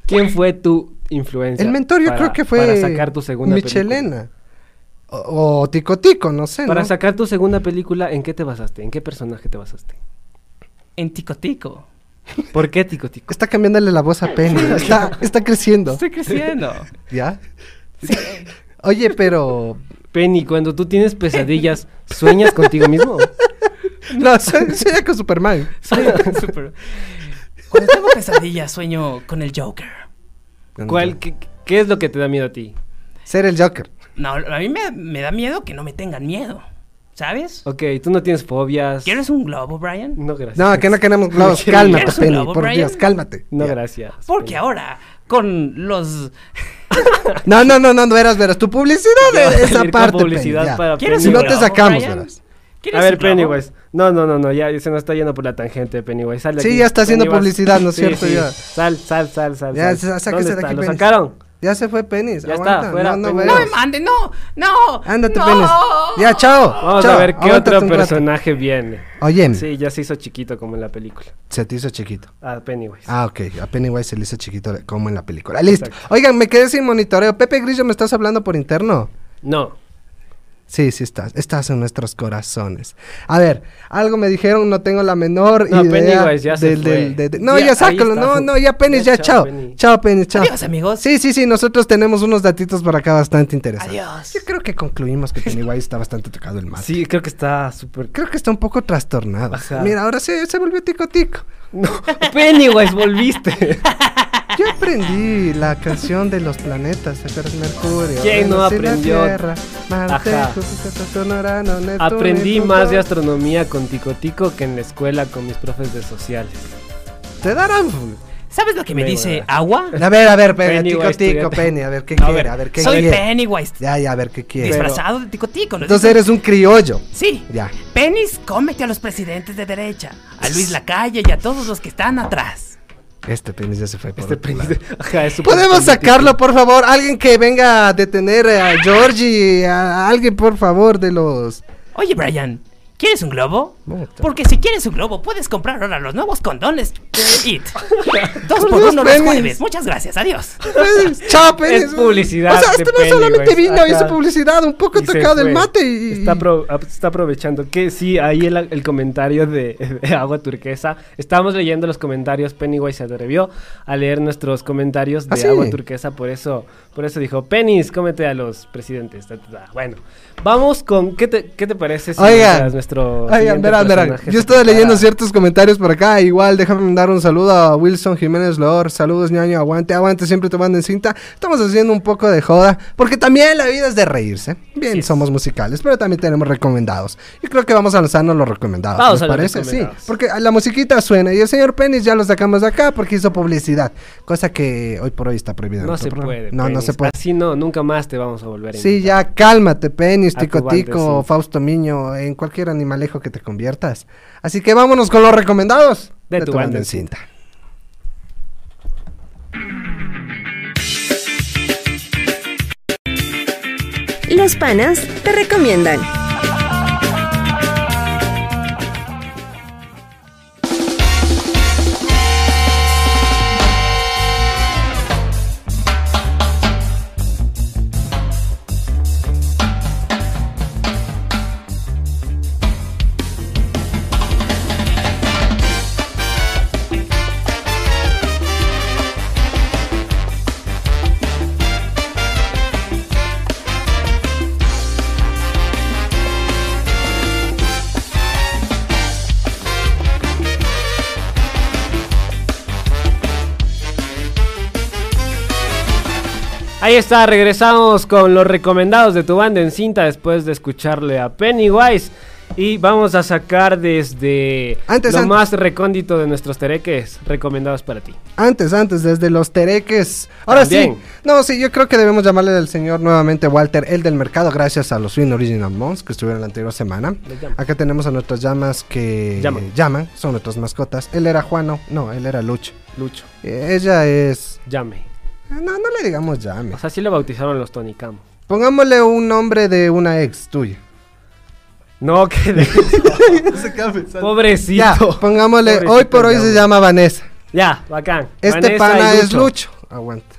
¿Quién fue tu influencia?
El mentor yo
para-
creo que fue
para sacar tu segunda película?
Michelena. O, o Tico Tico, no sé.
Para
¿no?
sacar tu segunda película, ¿en qué te basaste? ¿En qué personaje te basaste?
En Tico Tico.
¿Por qué Tico Tico?
Está cambiándole la voz a Penny. Está, está creciendo.
Estoy creciendo.
¿Ya? Oye, pero.
Penny, cuando tú tienes pesadillas, ¿sueñas contigo mismo?
No, soy, soy con Superman.
Soy súper. Cuando tengo pesadillas sueño con el Joker.
¿Cuál, qué, qué es lo que te da miedo a ti?
Ser el Joker.
No, a mí me, me da miedo que no me tengan miedo. ¿Sabes?
Ok, tú no tienes fobias.
¿Quieres un globo, Brian?
Mm,
No, gracias.
No, que no queremos globos.
quiero
Cálmate,
¿Quieres un
Penny.
globo,
Por
Brian?
Dios, cálmate.
No,
Ya.
gracias.
pues,
Porque ahora, con los...
No, no, no, no, no, verás, verás. Tu publicidad
Ya va a
es esa
salir con
parte.
publicidad
Ah, Penny, ya.
para
¿Quieres
Si
un
no
Pennywise.
te
globo,
sacamos,
Brian?
verás.
¿Quieres
A ver,
un globo?
Pennywise. No, no, no, no, ya se nos está yendo por la tangente, Pennywise. Sal de
Sí,
aquí,
ya está haciendo
Pennywise.
publicidad, ¿no es
Sí,
cierto?
sí.
Ya.
Sal, sal, sal, sal.
Ya,
sal.
sa- sáquese
¿Dónde
de
está?
aquí,
¿Lo
Pennywise.
sacaron?
Ya se fue Penny.
Ya
aguanta.
está,
No,
fuera,
no,
Penny.
No me
verás.
mande, no, no.
Ándate,
no.
Penny. Ya, chao.
Vamos
chao,
a ver qué
aguántate
otro
un rato. Mm.
personaje viene.
Oye,
Sí, ya se hizo chiquito como en la película.
se te hizo chiquito.
Ah, Pennywise.
Ah, ok. A Pennywise se le hizo chiquito como en la película. Listo. Oigan, me quedé sin monitoreo. Pepe Grillo, ¿me estás hablando por interno?
No.
Sí, sí estás. Estás en nuestros corazones. A ver, algo me dijeron, no tengo la menor
No,
idea.
Pennywise ya se fue.
de- no,
Ya,
ya,
ahí
sácalo.
está
No,
su-
no, ya Penny, ya, chao.
Penny.
Chao, Penny, chao.
Adiós, amigos.
Sí, sí, sí, nosotros tenemos unos datitos por acá bastante interesantes.
Adiós.
Yo creo que concluimos que Pennywise está bastante tocado el mar.
Sí, creo que está súper.
Creo que está un poco trastornado.
Ajá.
Mira, ahora se, se volvió tico tico.
No. Pennywise, volviste.
Yo aprendí la canción de los planetas, ¿te acuerdas? Mercurio.
¿Quién
Venus
no
y la
aprendió?
Tierra, Marte,
Ajá.
Júpiter, Saturno, Urano, Neptuno y
Aprendí
Plutón.
más de astronomía con Tico Tico que en la escuela con mis profes de sociales.
Te darán.
¿Sabes lo que me
Me
dice
guarda.
agua?
A ver, a ver, Penny,
Pennywise,
tico tico,
estudiante.
Penny, a ver qué
A
quiere,
ver,
a ver qué
soy
quiere.
Pennywise,
Ya, ya, a ver qué quiere.
disfrazado de ticotico. ¿no?
Entonces eres un criollo.
Sí.
Ya.
Penis, cómete a los presidentes de derecha, a Luis Lacalle y a todos los que están atrás.
Este Penny ya se fue. Por
Este
otro lado.
Pennywise. Ajá, es súper
¿Podemos
político.
sacarlo, por favor? Alguien que venga a detener
Ah.
a Georgie, a alguien, por favor, de los...
Oye, Brian, ¿quieres un globo?
Puta.
Porque si quieres un globo, puedes comprar ahora los nuevos condones de IT. Dos
Por
por
Dios,
uno los
Penis.
jueves. Muchas gracias, adiós.
Chao, Penny.
Es publicidad
O sea,
de
este no
Penny,
solamente
güey.
vino, hizo
Ajá.
publicidad, un poco
Y se
tocado el
fue.
mate y...
Está, apro- ap- está aprovechando. Que sí, ahí el, el comentario de, de Agua Turquesa. Estábamos leyendo los comentarios. Pennywise se atrevió a leer nuestros comentarios de
¿Ah, sí?
Agua Turquesa. Por eso, por eso dijo, Penis, cómete a los presidentes. ta, ta, ta. Bueno, vamos con... ¿Qué te, qué te parece si
Oigan,
mientras nuestro
Oigan,
siguiente
verán, verán.
personaje
Yo
se
estaba
prepara?
leyendo ciertos comentarios por acá. Igual, déjame mandar un saludo a Wilson Jiménez Lor. Saludos, ñaño. Aguante, aguante, siempre tomando en cinta. Estamos haciendo un poco de joda. Porque también la vida es de reírse. Bien,
Así es.
somos musicales, pero también tenemos recomendados. Yo creo que vamos a lanzarnos los recomendados. ¿les
Vamos a los
parece? Sí,
recomendados.
porque la musiquita suena. Y el señor Penis ya lo sacamos de acá porque hizo publicidad. Cosa que hoy por hoy está prohibida. en
No
nuestro
se
programa.
puede.
No, no
Penis.
se puede.
Así no, nunca más te vamos a volver a
Sí,
invitar.
ya cálmate, Penis,
A tu
Tico
banda,
Tico,
sí.
Fausto Miño, en cualquier animalejo que te conviertas. Así que vámonos con los recomendados
De tu banda en
cinta.
Los panas te recomiendan.
Ahí está, regresamos con los recomendados de tu banda en cinta después de escucharle a Pennywise. Y vamos a sacar desde
Antes,
lo
antes.
más recóndito de nuestros tereques recomendados para ti.
Antes, antes, desde los tereques. Ahora
También.
sí. No, sí, yo creo que debemos llamarle al señor nuevamente Walter, el del mercado, gracias a los Swing Original Mons que estuvieron la anterior semana.
Le llamo.
Acá tenemos a nuestras llamas que
Llaman.
llaman, son nuestras mascotas. Él era Juano, no, él era Lucho.
Lucho,
Eh, ella es...
llame.
No, no le digamos llame.
O sea, sí lo bautizaron los Tony Camo.
Pongámosle un nombre de una ex tuya.
No, que de... Pobrecito.
Ya, pongámosle,
Pobrecito
hoy por hoy
el
se
diablo.
llama Vanessa.
Ya, bacán.
Este
Vanessa
pana
y
es Lucho. Aguanta.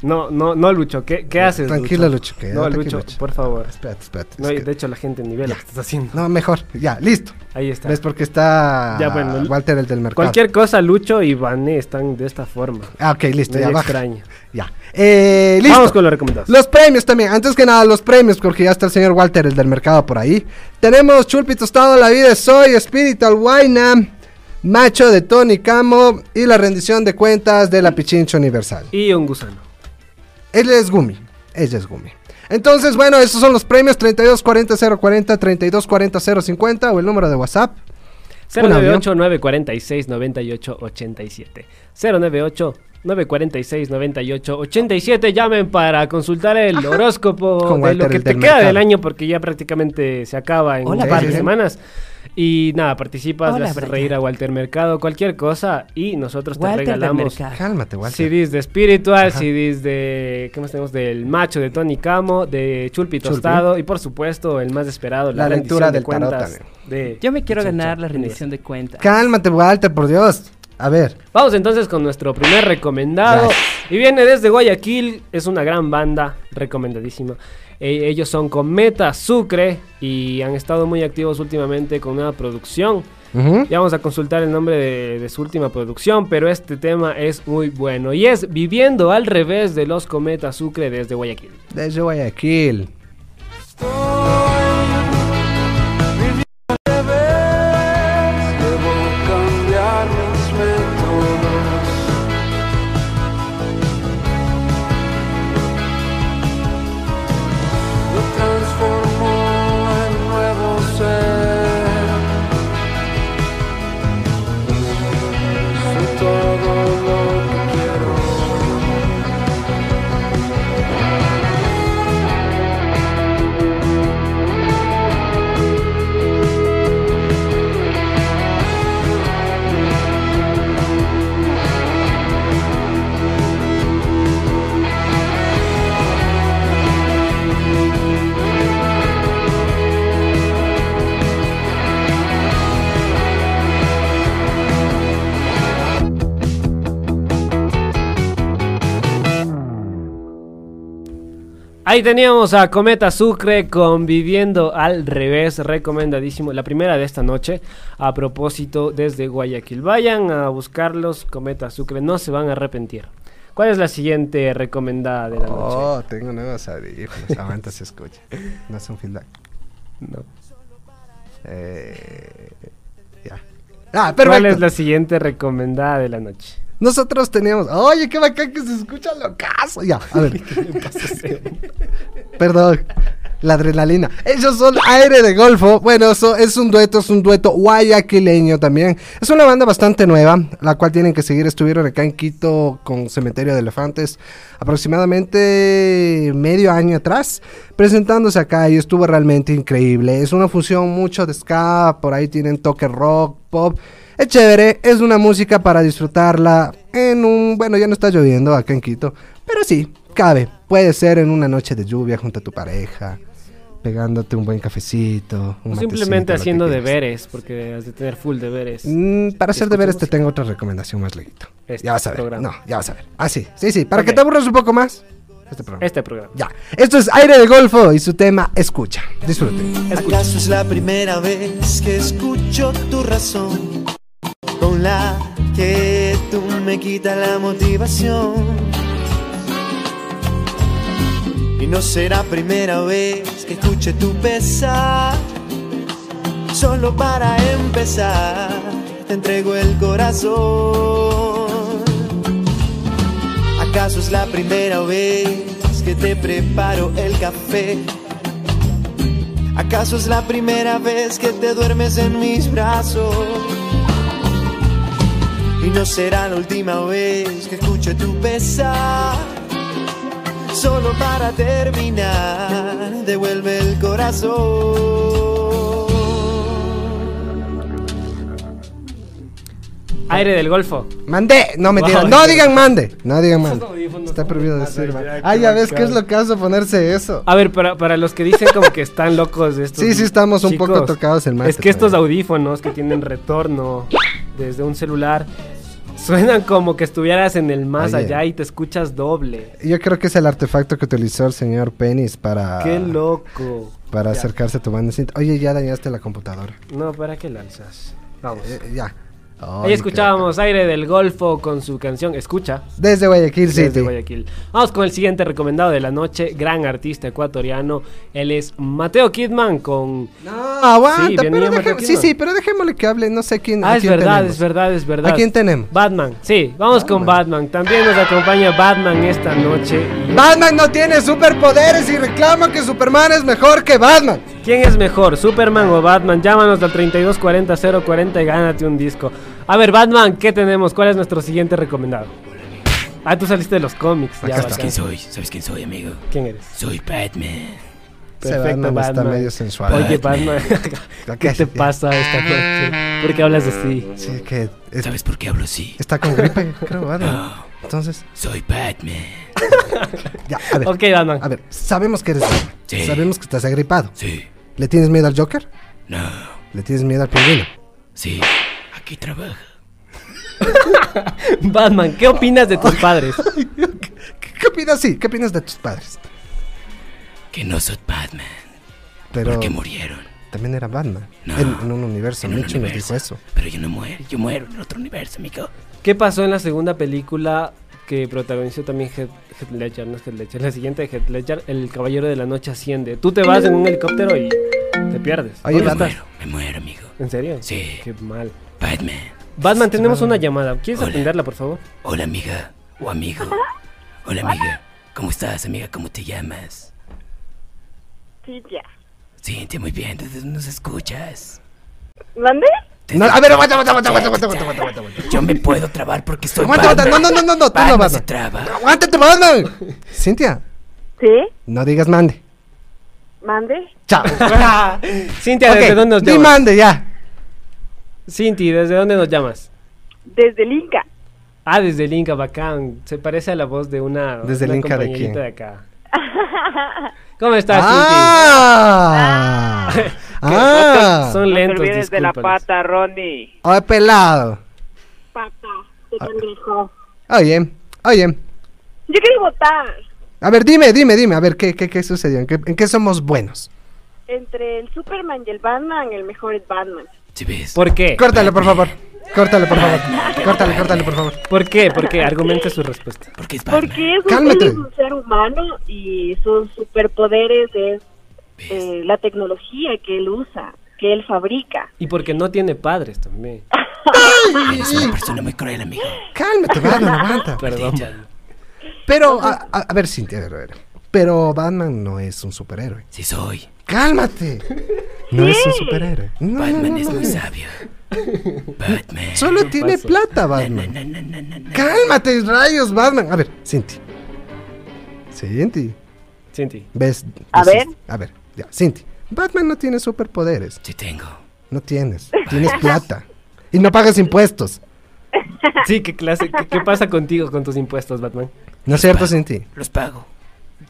No, no, no, Lucho. ¿Qué, qué haces?
Tranquilo, Lucho,
Lucho
quédate
no,
aquí,
Lucho,
Lucho.
por favor.
Espérate, espérate.
No,
es
de
que-
hecho, la gente ni ve lo que estás haciendo.
no, mejor. Ya, listo.
Ahí está.
¿Ves porque está
Ya, bueno,
Walter el del mercado?
Cualquier cosa, Lucho y Vané están de esta forma.
Ah, ok, listo,
Medio
ya baja.
extraño.
Ya. Eh, listo.
Vamos con los recomendados.
Los premios también, antes que nada los premios, porque ya está el señor Walter, el del mercado por ahí. Tenemos Chulpi Tostado, La Vida es Soy, Spiritual Waina, Macho de Tony Camo y la rendición de cuentas de la Pichincha Universal.
Y un gusano.
Él es Gumi. Ella es Gumi. Entonces, bueno, estos son los premios 3240-040, 3240-050 o el número de WhatsApp. Un audio.
098-946-9887. 098-946-9887. Llamen para consultar el horóscopo
Con
de lo
Walter,
que
el
te
del
queda del
mercado.
año, porque ya prácticamente se acaba en
Hola,
un par de
Walter.
semanas. Y nada, participas, le
Hola,
haces
Brian.
reír a Walter Mercado, cualquier cosa, y nosotros te
Walter del
regalamos
mercado.
Cálmate, Walter.
CDs de Spiritual, CDs de. ¿Qué más tenemos? Del Macho de Tony Camo, de Chulpi
Chulpi.
Tostado y por supuesto el más esperado, la,
La
rendición
lectura
de
del tarot
cuentas de
Yo me quiero
Chincha
ganar la
Universal.
rendición de cuentas.
Cálmate, Walter, por Dios. A ver.
Vamos entonces con nuestro primer recomendado. Y viene desde Guayaquil, es una gran banda, recomendadísima. Eh, ellos son Cometa Sucre y han estado muy activos últimamente con una producción.
Ujú.
Ya vamos a consultar el nombre de, de su última producción, pero este tema es muy bueno. Y es Viviendo al revés de los Cometa Sucre desde Guayaquil.
Desde Guayaquil.
Debo cambiar mis métodos. Lo transformo en nuevo ser. Soy todo lo que quiero.
Ahí teníamos a Cometa Sucre conviviendo al revés, recomendadísimo. La primera de esta noche, a propósito, desde Guayaquil. Vayan a buscarlos, Cometa Sucre, no se van a arrepentir. ¿Cuál es la siguiente recomendada de la noche?
Oh, tengo nuevos audífonos. Aguanta, se escucha. No es un feedback.
No.
Eh, ya. Ah,
¿Cuál es
perfecto.
la siguiente recomendada de la noche?
Nosotros teníamos. Oye, qué bacán que se escucha locazo. Ya, a ver. Perdón. La adrenalina. Ellos son Aire de Golfo. Bueno, eso es un dueto, es un dueto guayaquileño también. Es una banda bastante nueva, la cual tienen que seguir. Estuvieron acá en Quito con Cementerio de Elefantes aproximadamente medio año atrás, presentándose acá y estuvo realmente increíble. Es una fusión mucho de ska, por ahí tienen toque rock, pop. Es chévere, es una música para disfrutarla en un... Bueno, ya no está lloviendo acá en Quito, pero sí, cabe. Puede ser en una noche de lluvia junto a tu pareja, pegándote un buen cafecito. un
O
matecito,
simplemente
lo que
haciendo
quieras.
deberes, porque has de tener full deberes.
Mm, para hacer
Escuchemos.
deberes te tengo otra recomendación más leguito.
Este
ya vas a ver.
programa.
No, ya vas a ver. Ah, sí, sí, sí. Para
Ok.
que te aburras un poco más. Este programa.
Este programa.
Ya. Esto es Aire de Golfo y su tema Escucha. Disfruten.
¿Acaso es la primera vez que escucho tu razón? Con la que tú me quitas la motivación. Y no será primera vez que escuche tu pesar. Solo para empezar, te entrego el corazón. ¿Acaso es la primera vez que te preparo el café? ¿Acaso es la primera vez que te duermes en mis brazos? Y no será la última vez que escuche tu pesar. Solo para terminar, devuelve el corazón.
Aire del Golfo.
Mandé. No me
Wow.
No digan mande. No digan mande.
audífonos
Está
son
prohibido
muy
decir
malos,
mande.
ya, Ah.
Ah,
qué
ya ves que
bacán.
es lo que hace ponerse eso.
A ver, para, para los que dicen como que están locos de estos.
Sí, sí, estamos un poco tocados el mate
Es que estos
todavía.
audífonos que tienen retorno desde un celular suenan como que estuvieras en el más
Oye.
allá y te escuchas doble.
Yo creo que es el artefacto que utilizó el señor Penis para.
Qué loco.
Para
Ya.
acercarse a tu banda. Oye, ya dañaste la computadora.
No, ¿para qué lanzas? Vamos.
Eh, ya.
Ahí escuchábamos Aire del Golfo con su canción Escucha.
Desde Guayaquil
Desde
City.
Guayaquil. Vamos con el siguiente recomendado de la noche, gran artista ecuatoriano. Él es Mateo Kidman con.
No, aguanta,
Sí,
pero
bienvenido,
deje-
Mateo
sí,
Kidman.
sí, pero dejémosle que hable, no sé quién.
Ah,
a
es
quién
verdad,
tenemos.
es verdad, es verdad.
¿A quién tenemos?
Batman, sí, vamos con Batman. También nos acompaña Batman esta noche.
Batman no tiene superpoderes y reclama que Superman es mejor que Batman.
¿Quién es mejor, Superman o Batman? Llámanos al 3240-040 y gánate un disco. A ver, Batman, ¿qué tenemos? ¿Cuál es nuestro siguiente recomendado? Ah, tú saliste de los cómics. ya,
¿Sabes
bacán.
quién soy? ¿Sabes quién soy, amigo?
¿Quién eres?
Soy Batman.
Ese Batman está medio sensual.
Oye,
Batman.
Batman, ¿qué te pasa esta noche? ¿Por qué hablas así?
Sí, que.
¿Sabes por qué hablo así?
Está con gripe, creo, Batman.
No,
Entonces.
soy Batman.
Ya, a ver.
Ok, Batman.
A ver, sabemos que eres Batman.
Sí.
Sabemos que estás agripado.
Sí.
¿Le tienes miedo al Joker?
No,
¿Le tienes miedo al pingüino?
sí. Aquí trabaja.
Batman, ¿qué opinas de tus padres?
¿Qué opinas, sí? ¿Qué opinas de tus padres?
Que no soy Batman.
Pero
Porque murieron.
también era Batman.
No.
En, en un universo,
En un
Michu nos
universo.
dijo eso.
Pero yo no muero. Yo muero en otro universo, amigo.
¿Qué pasó en la segunda película que protagonizó también Heath, Heath Ledger? No es Heath Ledger, la siguiente de Heath Ledger, El Caballero de la Noche Asciende. Tú te vas en un helicóptero y te pierdes.
Oye,
¿Dónde
Batman.
estás?
Me muero, amigo.
¿En serio?
Sí.
Qué mal.
Batman.
Batman, tenemos una llamada. ¿Quieres
Hola.
atenderla, por favor?
Hola, amiga. O amigo. Hola, amiga. ¿Cómo estás, amiga? ¿Cómo te llamas?
Cintia.
Cintia, muy bien. ¿Desde dónde nos escuchas?
¿Mande?
No, a ver, aguanta, aguanta, aguanta, aguanta, aguanta, aguanta, aguanta, aguanta.
Yo me puedo trabar porque soy
Aguanta, aguanta, no,
Batman.
no, no, no, no, tú no
Batman
vas.
se traba.
¡Aguántate, Batman! Cintia,
¿Sí?
no digas mande.
¿Mande?
Chao.
Cintia, ¿desde
Ok,
dónde nos
di
llamas?
mande ya.
Cinti, ¿desde dónde nos llamas?
Desde el Inca.
Ah, desde el Inca, bacán. Se parece a la voz de una.
¿Desde el
una
Inca de quién?
compañerita de acá. ¿Cómo estás,
¡Ah!
Cinti?
¡Ah!
Son lentos,
desde la
discúlpanos.
pata, Ronnie.
¡Ay, pelado!
Pata, qué pendejo.
Oye, oye.
Yo quiero votar
A ver, dime, dime, dime. A ver, ¿qué, qué, qué sucedió? ¿En qué, en qué somos buenos?
entre el Superman y el Batman, el mejor es Batman.
¿Sí ves?
¿Por qué?
Córtalo, por favor. Córtalo, por favor. Córtalo, córtalo, por favor.
¿Por qué? ¿Por qué? Argumenta su respuesta.
Porque es Batman.
Porque es un,
Cálmate.
él es un ser humano y sus superpoderes es eh, la tecnología que él usa, que él fabrica.
Y porque no tiene padres también.
Eres una persona muy cruel, amigo.
Cálmate, Batman, aguanta.
Perdón.
Cintia.
Pero, a, a- a ver, Cintia, a ver, a ver. Pero Batman no es un superhéroe.
Sí soy.
¡Cálmate! No es un superhéroe. No, no,
Batman
no,
es
no.
muy sabio. Batman.
Solo tiene
pasa?
plata,
Na,
Batman.
na, na, na, na, na.
¡Cálmate, rayos, Batman! A ver, Cinti. Cinti.
Cinti.
¿Ves?
A
Dices-
ver.
A ver, ya, Cinti. Batman no tiene superpoderes.
Sí tengo.
No tienes. Tienes plata. Y no pagas impuestos.
Sí, qué clase. ¿Qué, qué pasa contigo con tus impuestos, Batman?
¿No es cierto, Cinti?
Los pago.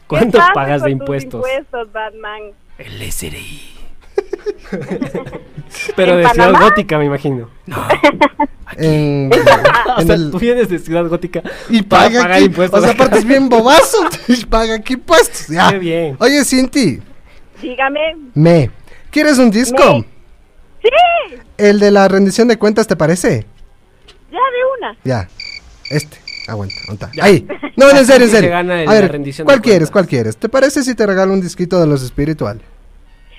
¿Cuánto
¿Qué pasa
pagas
con
de
tus
impuestos?
impuestos, Batman?
El SRI.
Pero
¿En
de Ciudad
Panamá?
Gótica, me imagino.
No.
En,
O
en
sea,
el-
tú vienes de Ciudad Gótica
Y
para
paga
pagar
aquí.
impuestos.
O sea,
acá.
aparte es bien bobazo. Y paga aquí impuestos. Ya.
Qué bien.
Oye, Cinti.
Dígame.
Me. ¿Quieres un disco?
Me. ¡Sí!
El de la rendición de cuentas, ¿te parece?
Ya de una.
Ya. Este. Aguanta, aguanta.
Ya.
Ahí. No, en serio, en
Se
serio.
gana el-
A
la
ver,
rendición de
¿cuál quieres?
cuentas.
¿Cuál quieres? ¿Te parece si te regalo un disquito de los espirituales?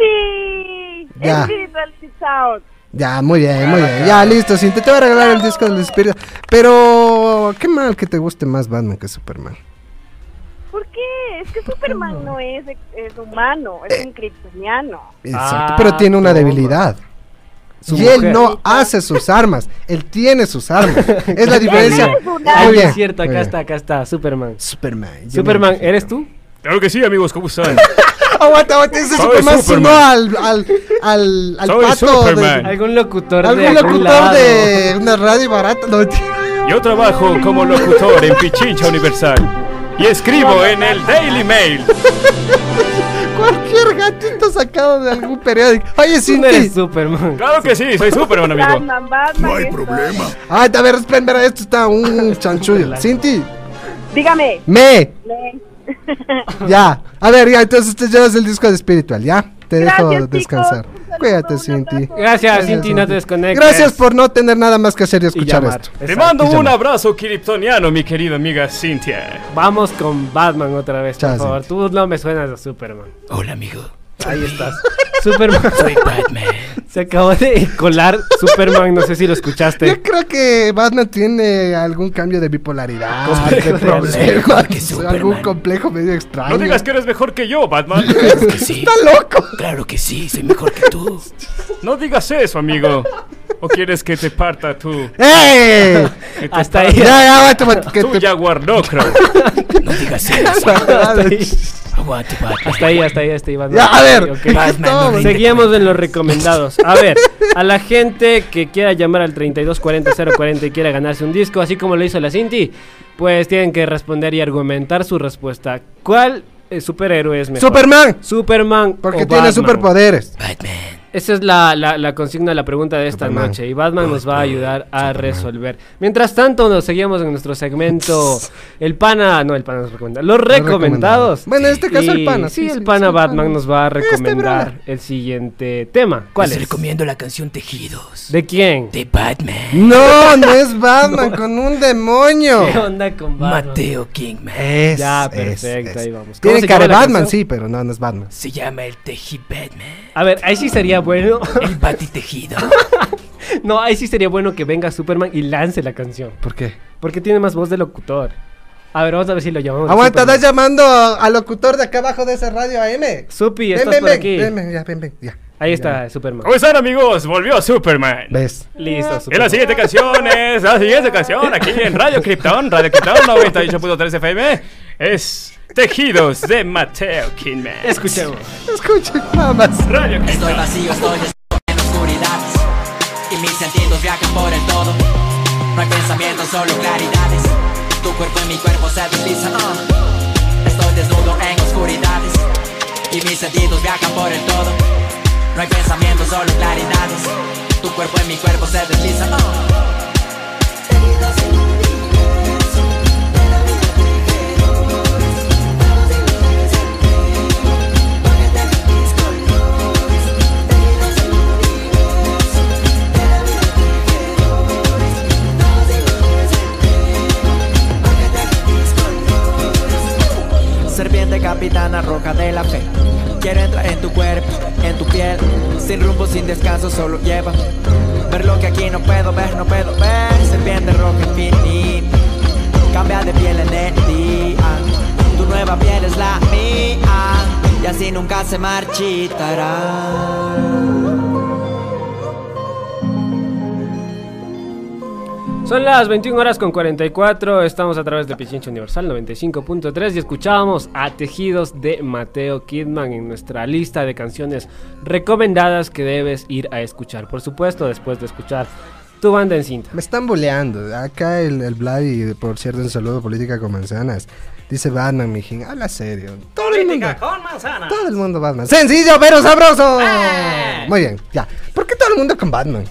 Sí.
Ya.
El Beatles is out.
Ya, muy bien,
Ah,
muy bien. Ya, listo, Cinti. Te voy a regalar el disco de los espirituales. Pero, qué mal que te guste más Batman que Superman.
¿Por qué? Es que Superman no Eh. es, es humano, es un kryptoniano.
Exacto.
Ah,
pero tiene una
toma.
debilidad.
Su
y él
mujer.
no hace sus armas. Él tiene sus armas. Es la diferencia.
Él es un
Ah,
Muy
sí,
bien,
es cierto,
muy
acá
bien.
está, acá está, Superman.
Superman. yo
Superman,
me identifico.
¿eres tú?
Claro que sí, amigos, ¿cómo están?
Oh, Aguanta, aguanta, ese
Soy
Superman sino
Superman.
al, al, al, al
Soy
pato
Superman.
de,
¿Algún locutor de
algún
algún
locutor
lado?
de una radio barata. No, mentira.
Yo trabajo como locutor en Pichincha Universal y escribo en el Daily Mail.
cualquier gatito sacado de algún periódico. Oye,
Tú no eres
Cinti.
Superman.
Claro que sí, soy Superman, amigo.
Batman, Batman. No hay problema.
Ay, a ver, espera, espera, esto está un chanchullo.
largo.
Cinti,
Dígame.
me,
Len.
ya. A ver, ya, entonces te llevas el disco de Spiritual, ya. Te dejo
Gracias,
descansar.
chicos. Un
Cuídate, Cinti.
Gracias, Cinti, no te desconectes.
Gracias por no tener nada más que hacer y escuchar
llamar.
esto.
Te mando
Y
un
llamar.
abrazo kriptoniano, mi querida amiga Cintia.
Vamos con Batman otra vez, por favor. Tú no me suenas a Superman.
Hola, amigo.
Ahí estás. Superman.
Soy Batman.
Se acabó de colar Superman, no sé si lo escuchaste.
Yo creo que Batman tiene algún cambio de bipolaridad,
Complejo
de
de ansiedad,
problemas,
que
algún
Superman.
complejo medio extraño.
No digas que eres mejor que yo, Batman.
¡Está
loco!
Claro que sí, soy mejor que tú.
No digas eso, amigo. ¿O quieres que te parta tú?
¡Ey!
Que te
Hasta
parta
ahí.
¡Eh! Ya, ya, aguanta, aguanta, que
tú,
te-
jaguar locro.
No digas eso.
hasta ahí,
Aguante, Batman.
hasta ahí, hasta ahí, hasta ahí, Batman.
Ya, a ver,
Ok.
Batman, no rinde
Seguimos en los recomendados. A ver, a la gente que quiera llamar al 3240040 y quiera ganarse un disco, así como lo hizo la Cinti, pues tienen que responder y argumentar su respuesta. ¿Cuál eh, superhéroe es mejor?
Superman.
Superman.
Porque
o
tiene
Batman?
superpoderes.
Esa es la, la, la consigna, la pregunta de esta
Superman.
noche. Y Batman nos va a ayudar a resolver. Mientras tanto, nos seguimos en nuestro segmento. El pana. No, el pana nos recomienda. Los recomendados.
Bueno, en este caso el
Y
pana,
Sí,
sí,
el
sí,
pana
sí, el
Batman
pana.
nos va a
Este
recomendar
brother.
el siguiente tema. ¿Cuál
Les
es?
recomiendo la canción Tejidos
¿De quién?
de Batman.
No, no es Batman, con un demonio.
¿Qué onda con Batman?
Mateo Kingman.
Eh.
Es,
Ya,
es,
perfecto,
es.
ahí vamos. ¿Cómo
Tiene
se
cara de
llama la
Batman,
canción?
sí, pero no, no es Batman.
Se llama el Teji Batman.
A ver, ahí sí sería bueno.
El Bati Tejido.
no, ahí sí sería bueno que venga Superman y lance la canción.
¿Por qué?
Porque tiene más voz de locutor. A ver, vamos a ver si lo llamamos.
Aguanta,
Superman.
estás llamando al locutor de acá abajo de esa radio AM. Ven,
Supi,
ven,
estás
ven,
por aquí.
ven, ven, ya, ven, ven, ya.
Ahí está, Superman.
¿Cómo están, amigos? Volvió Superman.
¿Ves?
Listo,
Y la
Superman.
siguiente canción es la siguiente canción aquí en Radio Krypton, Radio Krypton 98.3 FM. Es Tejidos de Mateo Kingman.
Escuchemos.
Escuchen, nada más.
Radio
Estoy
Krypton.
vacío, estoy en oscuridades Y mis sentidos viajan por el todo No hay pensamientos, solo claridades Tu cuerpo y mi cuerpo se deslizan ah. Estoy desnudo en oscuridades Y mis sentidos viajan por el todo No hay pensamientos, solo claridades Tu cuerpo y mi cuerpo se deslizan ah. Serpiente capitana roja de la fe. Quiero entrar en tu cuerpo, en tu piel. Sin rumbo, sin descanso, solo lleva. Ver lo que aquí no puedo ver, no puedo ver. Serpiente roja infinita. Cambia de piel en el día. Tu nueva piel es la mía. Y así nunca se marchitará.
Son las 21 horas con 44, estamos a través de Pichincha Universal 95.3 y escuchábamos a Tejidos de Mateo Kidman en nuestra lista de canciones recomendadas que debes ir a escuchar. Por supuesto, después de escuchar tu banda en cinta.
Me están boleando. Acá el, el Vladi, por cierto, un saludo política con manzanas. Dice Batman, mijín, habla serio. Todo el mundo.
Con manzana.
Todo el mundo Batman. Sencillo, pero sabroso.
¡Eh!
Muy bien, ya. ¿Por qué todo el mundo con Batman?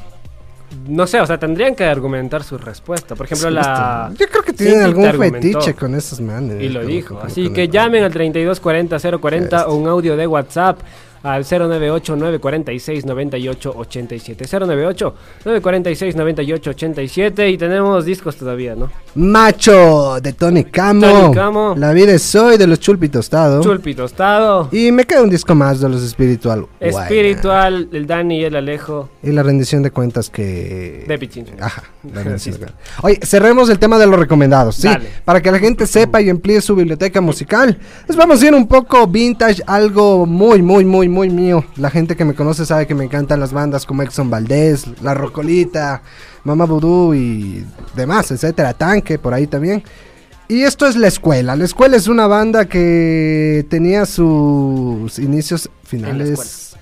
No sé, o sea, tendrían que argumentar su respuesta. Por ejemplo, la...
Yo creo que
Cinti
tienen
te
algún
argumentó.
fetiche con esos manes.
Y lo
Con-
dijo.
con-
Así
con-
que llamen al 3240-040 o un audio de WhatsApp al 098-946-9887. 098-946-9887. Y tenemos discos todavía, ¿no?
Macho de Tony Camo.
Tony Camo.
La vida es hoy de los Chulpi Tostado.
Chulpi Tostado,
y me queda un disco más de los Espiritual. Guayna.
Espiritual, el Dani y el Alejo
Y la rendición de cuentas que.
de Pichincha.
Ajá, la rendición de cuentas. Oye, cerremos el tema de los recomendados, ¿sí?
Dale.
Para que la gente sepa y amplíe su biblioteca musical. Les vamos a ir un poco vintage, algo muy, muy, muy, muy mío. La gente que me conoce sabe que me encantan las bandas como Exxon Valdés, La Rocolita, Mamá Vudú y demás, etcétera. Tanque, por ahí también. Y esto es La Escuela. La Escuela es una banda que tenía sus inicios finales.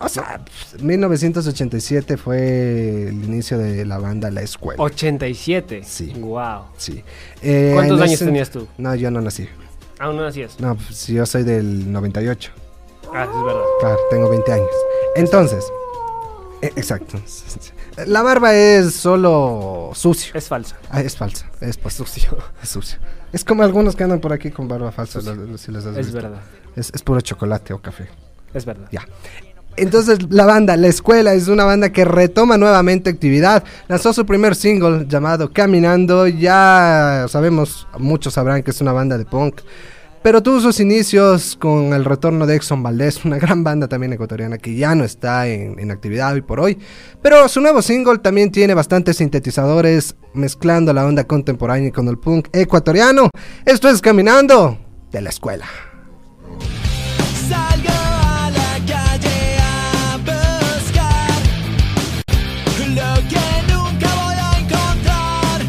O sea, 1987 fue el inicio de la banda La Escuela.
87.
Sí.
Wow.
Sí. Eh,
¿Cuántos
en
años
ese-
tenías tú?
No, yo no nací.
Aún no así es.
No, pues, yo soy del 98.
Ah, es verdad.
Claro, tengo 20 años. Entonces, eh, exacto. La barba es solo sucio.
Es falsa.
Ah, es falsa. Es pa- sucio. Es sucio. Es como algunos que andan por aquí con barba falsa. lo- lo- si los has
Es
visto.
verdad.
Es, es puro chocolate o café.
Es verdad.
Ya. Entonces la banda La Escuela es una banda que retoma nuevamente actividad. Lanzó su primer single llamado Caminando. Ya sabemos, muchos sabrán que es una banda de punk. Pero tuvo sus inicios con el retorno de Exxon Valdez, una gran banda también ecuatoriana que ya no está en, en actividad hoy por hoy. Pero su nuevo single también tiene bastantes sintetizadores mezclando la onda contemporánea con el punk ecuatoriano. Esto es Caminando de la Escuela.
Salgo a la calle a buscar lo que nunca voy a encontrar,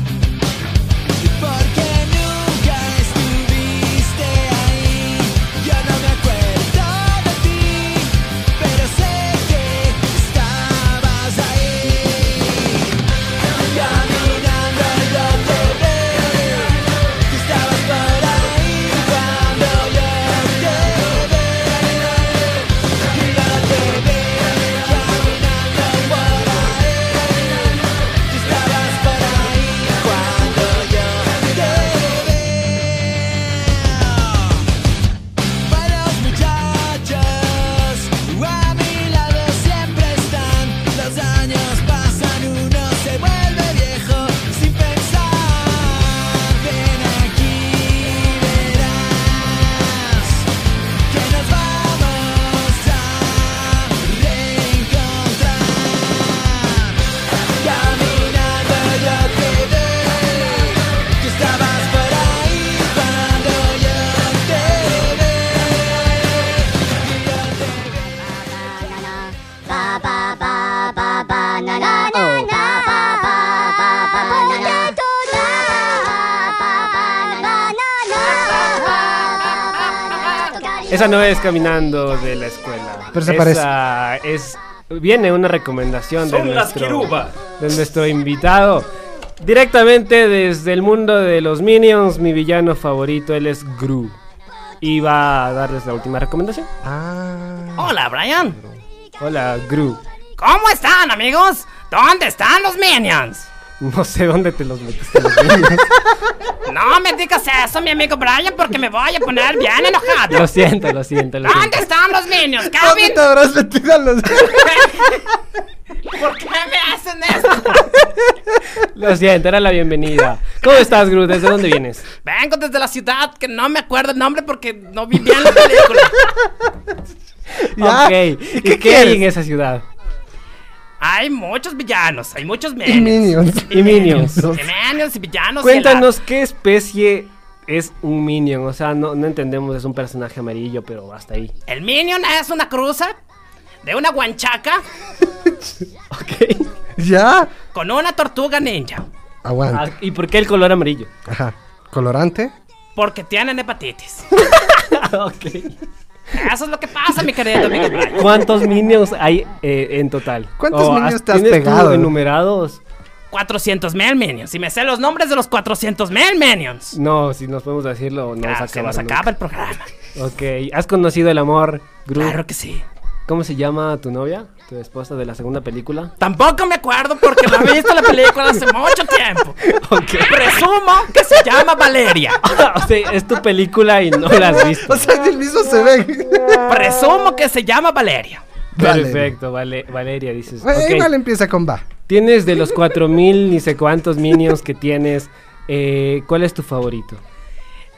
porque nunca estuviste ahí. Yo no me acuerdo de ti, pero sé que estabas ahí. Caminando yo te veo, tú estabas por ahí cuando yo te Varios muchachos a mi lado siempre están. Los años pasan, uno se vuelve viejo sin pensar. Ven aquí, verás que nos vamos a reencontrar. Caminando yo te veo, tú estabas por ahí cuando yo te veo.
Esa no es Caminando de la Escuela.
Pero se
Esa es viene una recomendación de
Son las
nuestro,
quirubas.
de nuestro invitado. Directamente desde el mundo de los Minions, mi villano favorito, él es Gru. Y va a darles la última recomendación.
Hola, Brian.
Hola, Gru.
¿Cómo están, amigos? ¿Dónde están los minions?
No sé dónde te los metiste. los Minions.
No me digas eso, mi amigo Brian, porque me voy a poner bien enojado.
lo siento, lo siento, lo siento.
¿Dónde están los minions, Calvin?
habrás metido los.?
¿Por qué me hacen eso?
Lo siento, era la bienvenida. ¿Cómo estás, Gru? ¿Desde dónde vienes?
Vengo desde la ciudad que no me acuerdo el nombre porque no vi bien la película.
Ya.
Ok. ¿Y
¿Y
qué,
qué
hay
quieres?
en esa ciudad?
Hay muchos villanos, hay muchos
Y
minions.
Minions.
Y Minions.
Y minions y villanos. y el
Cuéntanos qué especie es un minion. O sea, no, no entendemos, es un personaje amarillo, pero hasta ahí.
El Minion es una cruza de una guanchaca
Ya.
con una tortuga ninja.
Aguanta.
Ah, ¿Y por qué el color amarillo?
Ajá. ¿Colorante?
Porque tienen hepatitis. Eso es lo que pasa, mi querido amigo Brian.
¿Cuántos minions hay eh, en total?
¿Cuántos minions
has-
te has
tienes tú
pegado?
enumerados?
400 mil minions. Y me sé los nombres de los 400 mil minions.
No, si nos podemos decirlo, no
Ah, se nos acaba el programa.
Ok, ¿has conocido el amor, Gru? Claro
que sí.
¿Cómo se llama tu novia, tu esposa de la segunda película?
Tampoco me acuerdo porque no he visto la película hace mucho tiempo. Presumo que se llama Valeria.
o sea, es tu película y no la has visto.
o sea, el mismo se ve.
Presumo que se llama Valeria.
Valeria.
Perfecto, vale, Valeria, dices.
Eh,
ok.
Igual empieza con va.
Tienes de los 4000 ni sé cuántos minions que tienes, eh, ¿cuál es tu favorito?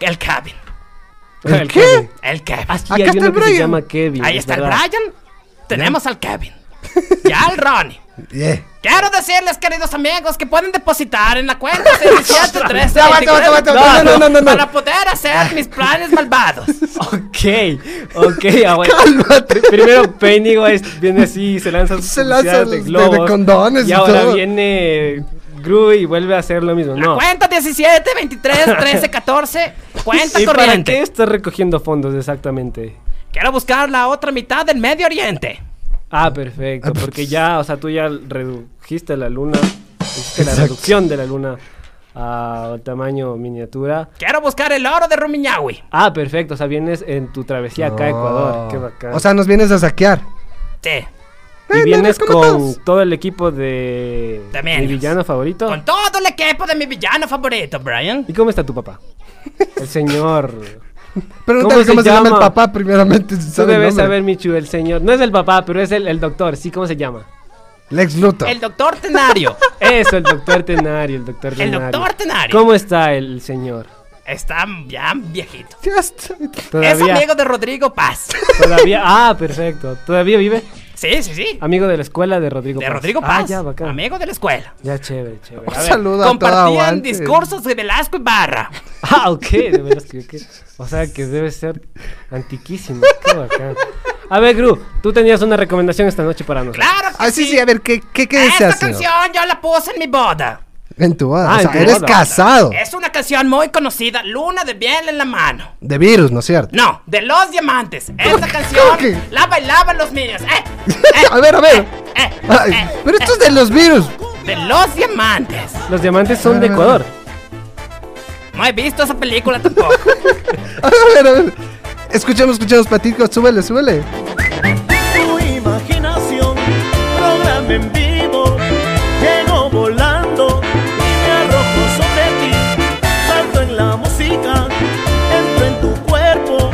El Kevin.
¿El qué?
Kevin. El Kevin.
Ah,
Aquí Acá hay está uno el que se Brian. llama Kevin,
Ahí
es
está
verdad.
el Brian. Tenemos al Kevin. Ya al Ronnie.
Yeah.
Quiero decirles, queridos amigos, que pueden depositar en la cuenta 6713
Ya, aguanta, aguanta, aguanta, aguanta, no, no, no, no.
para poder hacer mis planes malvados.
Ok, ok, ah, bueno. Primero Pennywise viene así, se lanza sus
Se lanza
publicidades
los de- de condones
y
y
ahora
todo.
viene Gru y vuelve a hacer lo mismo. No.
Cuenta 17, 23, 13, 14. Cuenta
¿Y para
corriente.
qué estás recogiendo fondos exactamente?
Quiero buscar la otra mitad del Medio Oriente.
Ah, perfecto, porque ya, o sea, tú ya redujiste la luna, hiciste la reducción de la luna al tamaño miniatura.
Quiero buscar el oro de Rumiñahui.
Ah, perfecto, o sea, vienes en tu travesía acá a Ecuador, qué bacán.
O sea, nos vienes a saquear.
Sí.
y
eh,
vienes
como
con
todos.
todo el equipo de
De
mi
minions.
villano favorito.
Con todo el equipo de mi villano favorito, Brian.
¿Y cómo está tu papá? El señor
Pregúntale cómo se llama el papá primeramente. si
Tú
sabe el
debes
nombre.
saber, Michu, el señor. No es el papá, pero es el, el doctor. Sí, ¿cómo se llama?
Lex Luthor.
El doctor Tenario.
Eso, el doctor Tenario, el doctor Tenario.
doctor Tenario.
¿Cómo está el señor?
Está ya viejito. Es
Todavía.
amigo de Rodrigo Paz.
Todavía. Ah, perfecto. ¿Todavía vive?
Sí, sí, sí.
Amigo de la escuela de Rodrigo
De
Paz.
Rodrigo
Ah,
Paz.
ya, bacán.
amigo de la escuela.
Ya, chévere, chévere.
Un saludo a toda
Compartían
aguante.
discursos de Velasco y Barra.
Ah, ok, de veras que- que- O sea que debe ser antiquísimo. Qué bacán. A ver, Gru, tú tenías una recomendación esta noche para nosotros.
Claro que
Ah, sí, sí, a ver, ¿qué, qué, qué
Ah,
Esta
deseas? señor?
canción yo la puse en mi boda.
En tu boda. o
Ah, en
sea,
tu
eres
boda. Eh.
casado.
Es una canción muy conocida, Luna de Miel en la mano.
De virus, ¿no es cierto?
No, de los diamantes. Esta canción la bailaban los minions. Eh,
a ver, a ver.
Eh.
Ay, pero esto es de los virus.
de los diamantes.
Los diamantes son de Ecuador.
No he visto esa película tampoco.
A ver, a ver. Escuchemos, escuchemos, Patico. Súbele, súbele.
Tu imaginación, programa en vivo, llego volando y me arrojo sobre ti. Salto en la música, entro en tu cuerpo,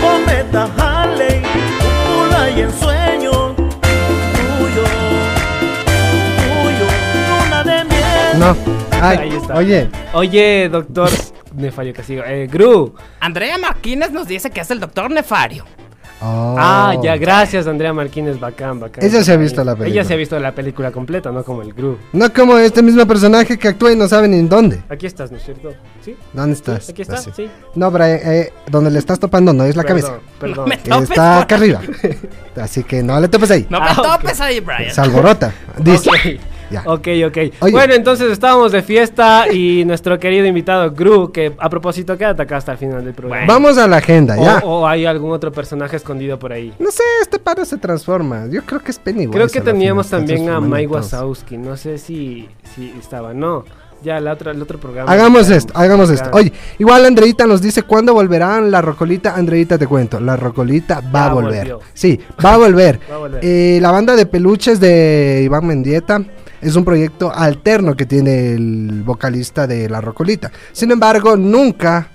cometa Harley, cúpula y ensueño. Tuyo, tuyo, luna de miel.
No. Ay,
Ahí está.
Oye.
Oye, doctor. Me falló casi. Eh, Gru.
Andrea Martínez nos dice que es el doctor Nefario.
Oh.
Ah, ya, gracias, Andrea Martínez. Bacán, bacán.
Ella se ha visto la
Ella
película.
se ha visto la película completa, no como el Gru.
No como este mismo personaje que actúa y no sabe ni en dónde.
Aquí estás, ¿no es cierto? ¿Sí?
¿Dónde estás?
Aquí estás,
Así.
sí.
No, pero eh, eh, donde le estás topando no es la
Perdón,
cabeza.
perdón. No pues, me
topes
Está
por
acá arriba. Así que no le topes ahí.
No me topes ahí, Brian.
Se alborota. Dice. Ya.
Ok, ok.
Oye.
Bueno, entonces estábamos de fiesta y nuestro querido invitado Gru, que a propósito quédate acá hasta el final del programa.
Vamos a la agenda,
O-
ya.
O, hay algún otro personaje escondido por ahí.
No sé, este paro se transforma. Yo creo que es Pennywise.
Creo que
a la
teníamos
final, está
también a
transformando
Mike
todos.
Wazowski. No sé si, si estaba. No. Ya, la otra, el otro programa.
Hagamos
Acá,
esto, hagamos
acá.
esto. Oye, igual Andreita nos dice cuándo volverán la Rocolita. Andreita, te cuento, la Rocolita va a
Ya
volver.
volvió.
Sí, va a volver.
Va a volver.
Eh, la banda de peluches de Iván Mendieta es un proyecto alterno que tiene el vocalista de la Rocolita. Sin embargo, nunca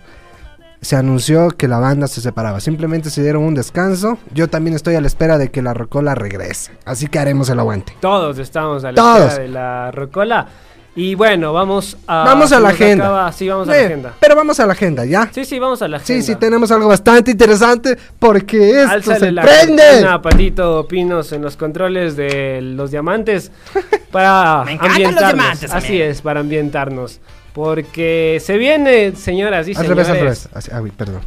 se anunció que la banda se separaba. Simplemente se dieron un descanso. Yo también estoy a la espera de que la Rocola regrese. Así que haremos el aguante.
Todos estamos a la
Todos.
espera de la rocola. Y bueno, vamos a.
Vamos a
Ah, se
la
nos
agenda.
acaba- Sí, vamos a la
Eh,
agenda.
Pero vamos a la agenda, ¿ya?
Sí, sí, vamos a la agenda.
Sí, sí, tenemos algo bastante interesante porque esto
Álzale
se
la
prende.
cortina a Patito Pinos en los controles de los diamantes para
Me encantan los
ambientarnos.
diamantes,
Así
amigo.
es, para ambientarnos. Porque se viene, señoras y
Al revés, al
señores.
revés. Así- ah, uy, perdón.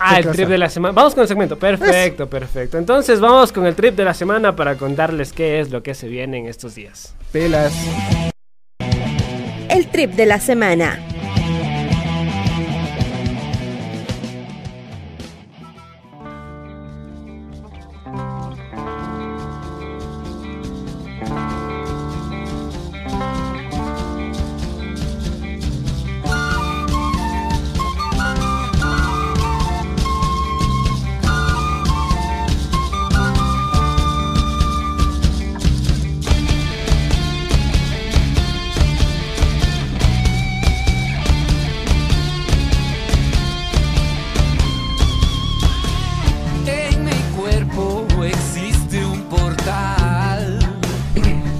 Ah, el
¿Qué
trip
cosa?
de la semana. Vamos con el segmento. Perfecto, perfecto. Entonces vamos con el trip de la semana para contarles qué es lo que se viene en estos días.
Pelas.
El trip de la semana.
En mi cuerpo existe un portal.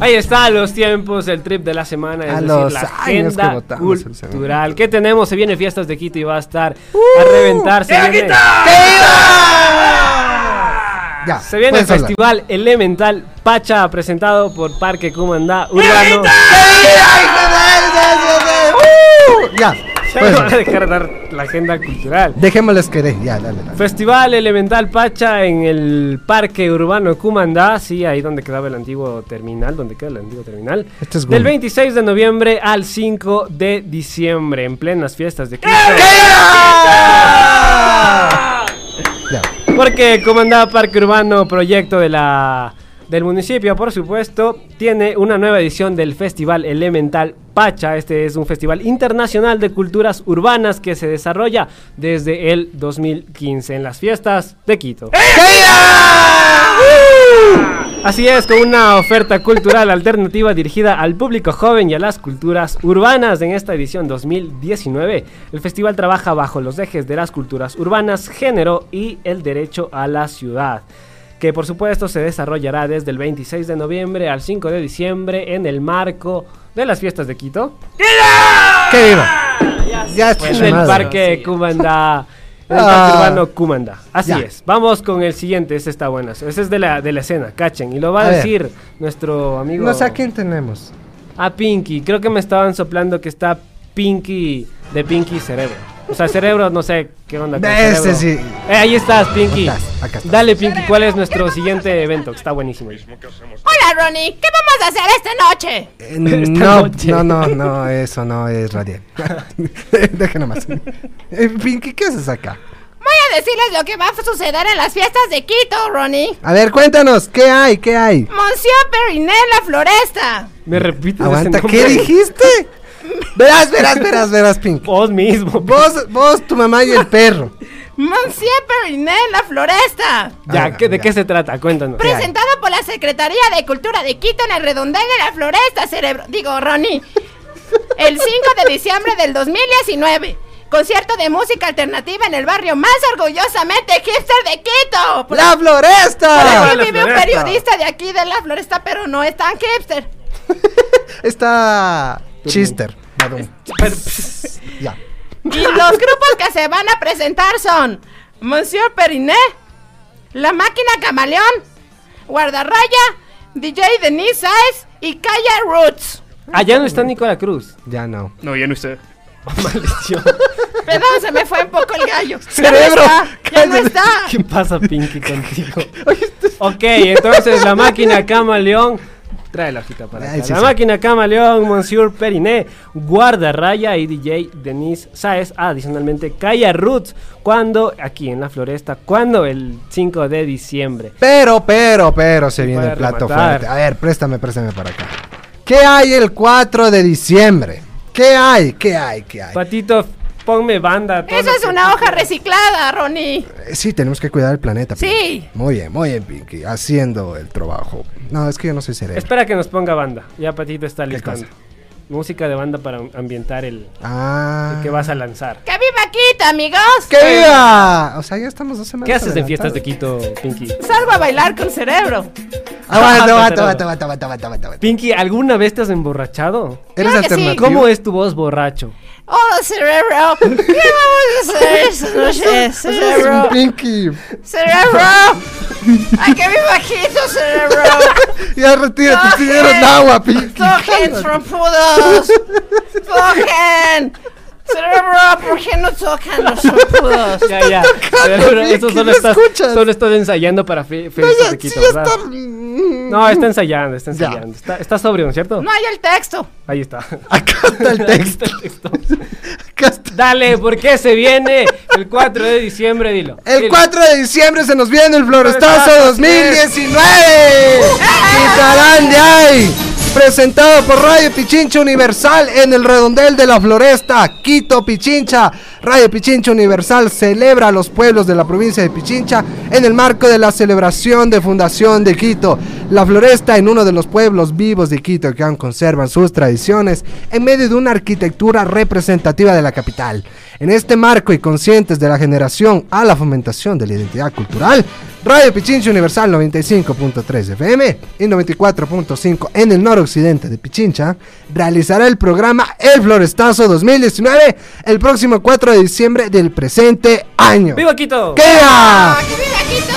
Ahí está, a los tiempos, el trip de la semana, es
A
decir,
los
la
años que
agenda
votamos el ¡Uh! semana.
cultural. ¿Qué tenemos? Se vienen fiestas de Quito y va a estar a reventarse.
¡Viva
viene-
Ya.
Se viene el
puedes hablar.
festival Elemental Pacha presentado por Parque Comandá Urbano.
¡Uh! Ya.
Ya
puedes
no van a
hablar.
dejar dar la agenda cultural.
Dejémosles que dé. Ya, dale, dale.
Festival Elemental Pacha en el Parque Urbano Cumandá, sí, ahí donde quedaba el antiguo terminal, donde queda el antiguo terminal.
Este es
Del
bueno.
26 de noviembre al 5 de diciembre, en plenas fiestas de Cristo.
Ya.
Porque Comandá Parque Urbano, proyecto de la del municipio, por supuesto, tiene una nueva edición del Festival Elemental Pacha. Este es un festival internacional de culturas urbanas que se desarrolla desde el 2015 en las fiestas de Quito. Así es, con una oferta cultural alternativa dirigida al público joven y a las culturas urbanas en esta edición 2019. El festival trabaja bajo los ejes de las culturas urbanas, género y el derecho a la ciudad, que por supuesto se desarrollará desde el 26 de noviembre al 5 de diciembre en el marco de las fiestas de Quito.
¡Que viva! Ya está
en
su
el
madre.
parque Cumanda. En el
Ah.
parque urbano Cumanda. Así
Ya.
es. Vamos con el siguiente. Ese está bueno. Ese es de la, de la escena. Cachen. Y lo va
A
a,
ver.
decir nuestro amigo.
No sé a quién tenemos.
A Ah, Pinky. Creo que me estaban soplando que está Pinky de Pinky Cerebro. O sea, cerebro, no sé qué onda. con
De este
Cerebro.
sí.
Eh, ahí estás, Pinky.
Estás, acá estás.
Dale, Pinky, ¿cuál es nuestro siguiente evento? Que está buenísimo.
Hola Ronnie, ¿qué vamos a hacer esta noche?
Eh, No, no, no, no, eso no es radial. Deja nomás. Eh, Pinky, ¿qué haces acá?
Voy a decirles lo que va a suceder en las fiestas de Quito, Ronnie.
A ver, cuéntanos, ¿qué hay? ¿Qué hay?
Pues
Monsieur Periné en la floresta.
Me repito.
Aguanta, ¿qué dijiste? Verás, verás, verás, verás, Pinky.
Vos mismo.
Vos, vos, tu mamá y el perro.
Monsieur Periné en la floresta.
Ya,
Ah,
¿qué- ¿de qué se trata? Cuéntanos.
Presentado por la Secretaría de Cultura de Quito en el redondel de la floresta, cerebro. Digo, Ronnie. El 5 de diciembre del 2019. Concierto de música alternativa en el barrio más orgullosamente hipster de Quito. Por-
¡La floresta!
Por
¡Viva
aquí
la
vive un
floresta!
periodista de aquí de la floresta, pero no es tan hipster.
Está Chister. Badum. Ya.
Y los grupos que se van a presentar son Monsieur Periné, La Máquina Camaleón, Guardarraya, DJ Denise Saez y Kaya Roots.
Allá no está Nicola Cruz.
Ya no.
No, ya no está.
Perdón, se me fue un poco el gallo.
Cerebro,
Ya no está. Ya
¿Qué pasa, Pinky, contigo? ok, entonces la máquina Camaleón. Trae la hojita para
Ay,
acá.
sí,
la
sí.
máquina Camaleón, Monsieur Periné, Guarda Raya y DJ Denise Saez. Ah, Adicionalmente, Calla Roots. Cuando, aquí en la floresta, cuando el 5 de diciembre.
Pero, pero, pero se viene
puede
el plato
rematar.
fuerte. A ver, préstame, préstame para acá. ¿Qué hay el 4 de diciembre? ¿Qué hay? ¿Qué hay? ¿Qué hay?
Patito, ponme banda. todo
Eso
lo
es
que-
una hoja reciclada, Ronnie.
Eh, Sí, tenemos que cuidar el planeta. Pinky.
Sí.
Muy bien, muy bien, Pinky. Haciendo el trabajo. No, es que yo no soy cerebro.
Espera que nos ponga banda. Ya Patito está listando.
cosa?
Música de banda para ambientar el,
Ah.
el que vas a lanzar.
¡Que viva Quito, amigos!
¡Que viva! O sea, ya estamos dos semanas.
¿Qué haces en
adelantados.
fiestas de Quito, Pinky?
Salgo a bailar con cerebro.
Aguanta, aguanta,
Ah, cerebro.
aguanta, aguanta, aguanta, aguanta, aguanta.
Pinky, ¿alguna vez te has emborrachado?
¿Eres
Claro que sí. alternativo?
¿Cómo es tu voz borracho?
¡Oh, cerebro! ¿Qué vamos a hacer esta noche,
Eres un
Eh, cerebro?
Pinky.
¡Cerebro! ¡Ay, que viva Quito, cerebro!
Ya retírate, si eres agua, Pinky.
¡Toquen, trompudos! ¡Toquen! ¡Cerebro, por qué no tocan los trompudos?
Ya, ya. Pero
Pinky,
Eso solo
¿me
estás,
escuchas?
solo estás ensayando para fe- fiestas de Quito, ¿verdad? No, está ensayando, está ensayando. Está, está sobrio, ¿no es cierto?
No hay el texto.
Ahí está. Acá está el texto. Dale, ¿por qué se viene el 4 de diciembre? Dilo.
El 4 de diciembre se nos viene el Florestazo
Florestazo,
2019. Quitarán de ahí. Presentado por Radio Pichincha Universal en el redondel de la Floresta, Quito Pichincha. Radio Pichincha Universal celebra a los pueblos de la provincia de Pichincha en el marco de la celebración de fundación de Quito. La Floresta en uno de los pueblos vivos de Quito que aún conservan sus tradiciones en medio de una arquitectura representativa de la capital. En este marco y conscientes de la generación a la fomentación de la identidad cultural, Radio Pichincha Universal 95.3 FM y 94.5 en el noroccidente de Pichincha realizará el programa El Florestazo 2019 el próximo 4 de diciembre del presente año.
¡Viva Quito!
¡Queda!
¡Que viva Quito,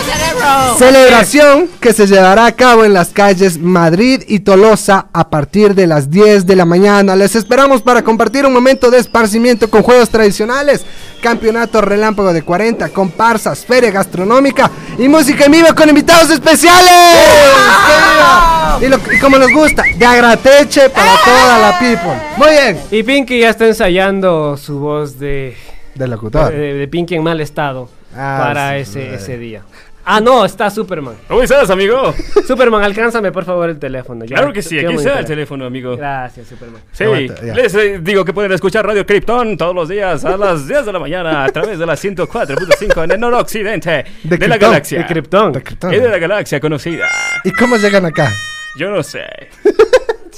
cerebro!
Celebración que se llevará a cabo en las calles Madrid y Tolosa a partir de las 10 de la mañana. Les esperamos para compartir un momento de esparcimiento con juegos tradicionales, campeonato relámpago de 40, comparsas, feria gastronómica y música en vivo con invitados especiales. ¡Que viva! Y, lo- y como nos gusta, de agrateche para toda la people. Muy bien.
Y Pinky ya está ensayando su voz de.
Del locutor.
Eh,
De, de Pinky en mal estado.
Ah,
para
sí,
ese,
madre.
ese día. Ah, no, está Superman.
¿Cómo estás, amigo?
Superman, alcánzame por favor el teléfono. ya.
Claro que sí,
Quiero
aquí está el
monitorear.
teléfono, amigo.
Gracias, Superman.
Sí,
Aguanta, ya.
les eh, digo que pueden escuchar Radio Krypton todos los días a las 10 de la mañana a través de la 104.5 en el noroccidente de, la
Krypton,
galaxia.
de
Krypton.
Es de la galaxia conocida.
¿Y cómo llegan acá?
Yo no sé.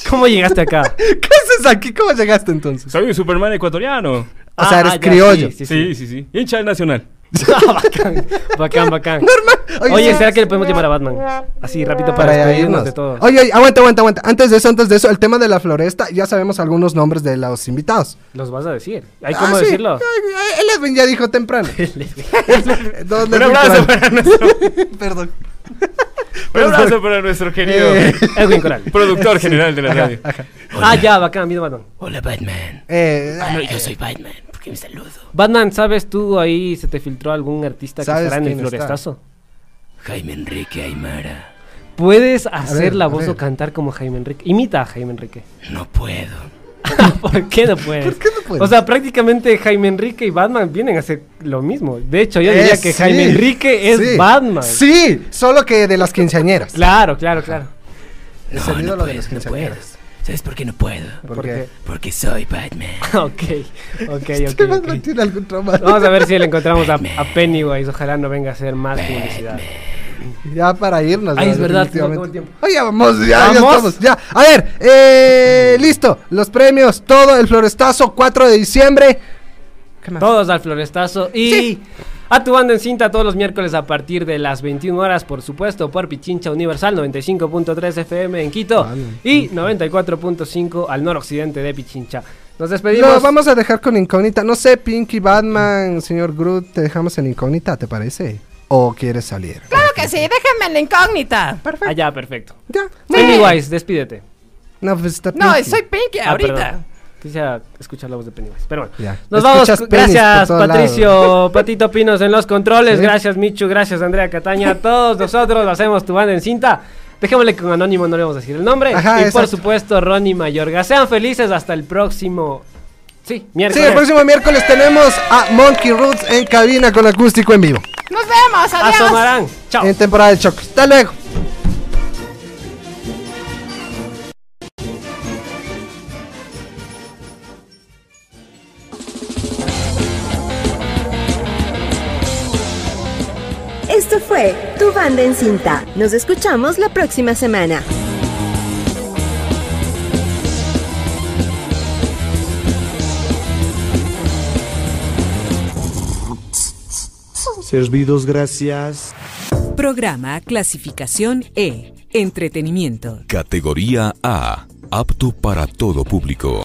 ¿Cómo llegaste acá?
¿Qué haces aquí? ¿Cómo llegaste entonces?
Soy un Superman ecuatoriano. O
O sea, eres criollo.
Ah, Sí, Ah, sí, sí. Hincha del Nacional.
Bacán, bacán.
Oye,
Oye,
¿sabes?
¿será que le podemos llamar a Batman? Así, rápido para,
Para ya
despedirnos
irnos.
de todo.
Oye, oye, aguanta, aguanta, aguanta. Antes de eso, antes de eso, el tema de la floresta, ya sabemos algunos nombres de los invitados.
¿Los vas a decir? ¿Hay
Ah,
cómo
sí.
decirlo?
Ay, El Edwin ya dijo temprano. Don
Un
Edwin
abrazo
Corral.
para nuestro,
Perdón.
un abrazo para nuestro querido
Eh,
Edwin Corral.
productor general de la
Ajá,
radio.
Ah, ya, bacán, vino Batman.
Hola, Batman.
Eh,
Ah, no, yo soy Batman. ¿Por qué me saludo?
Batman, ¿sabes tú ahí se te filtró algún artista que
¿Sabes
estará en el
quién está?
florestazo?
Jaime Enrique Aymara.
¿Puedes hacer
ver,
la
a
voz o
ver.
cantar como Jaime Enrique? Imita a Jaime Enrique.
No puedo.
¿Por qué no puedes?
puedes?
O sea, prácticamente Jaime Enrique y Batman vienen a hacer lo mismo. De hecho, yo
Eh,
diría que
sí.
Jaime Enrique es
Sí.
Batman.
Sí, solo que de las quinceañeras.
Claro, claro, claro.
No, no puedo, no puedo. ¿Sabes por qué no puedo?
¿Por qué?
Porque soy Batman.
ok, ok, ok. ok.
tiene algún trauma.
Vamos a ver si le encontramos a, a Pennywise. Ojalá no venga a hacer más publicidad.
Ya para irnos.
Ay,
ya,
es verdad, se me acabó
definitivamente.
el tiempo.
Ay, ya vamos, ya, ya
¿Vamos?
estamos. Ya. A ver, eh, listo. Los premios, todo el florestazo, 4 de diciembre.
Todos al florestazo y a tu banda en cinta todos los miércoles a partir de las 21 horas, por supuesto, por Pichincha Universal 95.3 FM en Quito
Ah,
y 94.5 al noroccidente de Pichincha. Nos despedimos.
Lo vamos a dejar con incógnita. No sé, Pinky, Batman, señor Groot, te dejamos en incógnita, ¿te parece? ¿O quieres salir?
Claro que sí, déjame en la incógnita.
Perfecto. Allá, Ah, perfecto.
Ya.
Pennywise, despídete.
No, pues está
No,
Pinky.
soy Pinky
Ah,
Eh, ahorita.
perdón. Quisiera escuchar la voz de Pennywise. Pero bueno,
Ya.
nos vamos.
Escuchas penis
Gracias,
por todo
Patricio,
lado.
Patito Pinos en los controles.
Sí.
Gracias, Michu. Gracias, Andrea Cataña. Todos nosotros hacemos tu banda en cinta. Dejémosle con Anónimo, no le vamos a decir el nombre.
Ajá,
y por
exacto.
supuesto, Ronnie Mayorga. Sean felices hasta el próximo. Sí,
Sí,
miércoles.
el próximo miércoles tenemos a Monkey Roots en cabina con acústico en vivo.
Nos vemos, adiós.
Asomarán. Chao.
En temporada de choque. Hasta luego.
Esto fue Tu Banda en Cinta. Nos escuchamos la próxima semana.
Servidos, gracias.
Programa clasificación E. Entretenimiento.
Categoría A. Apto para todo público.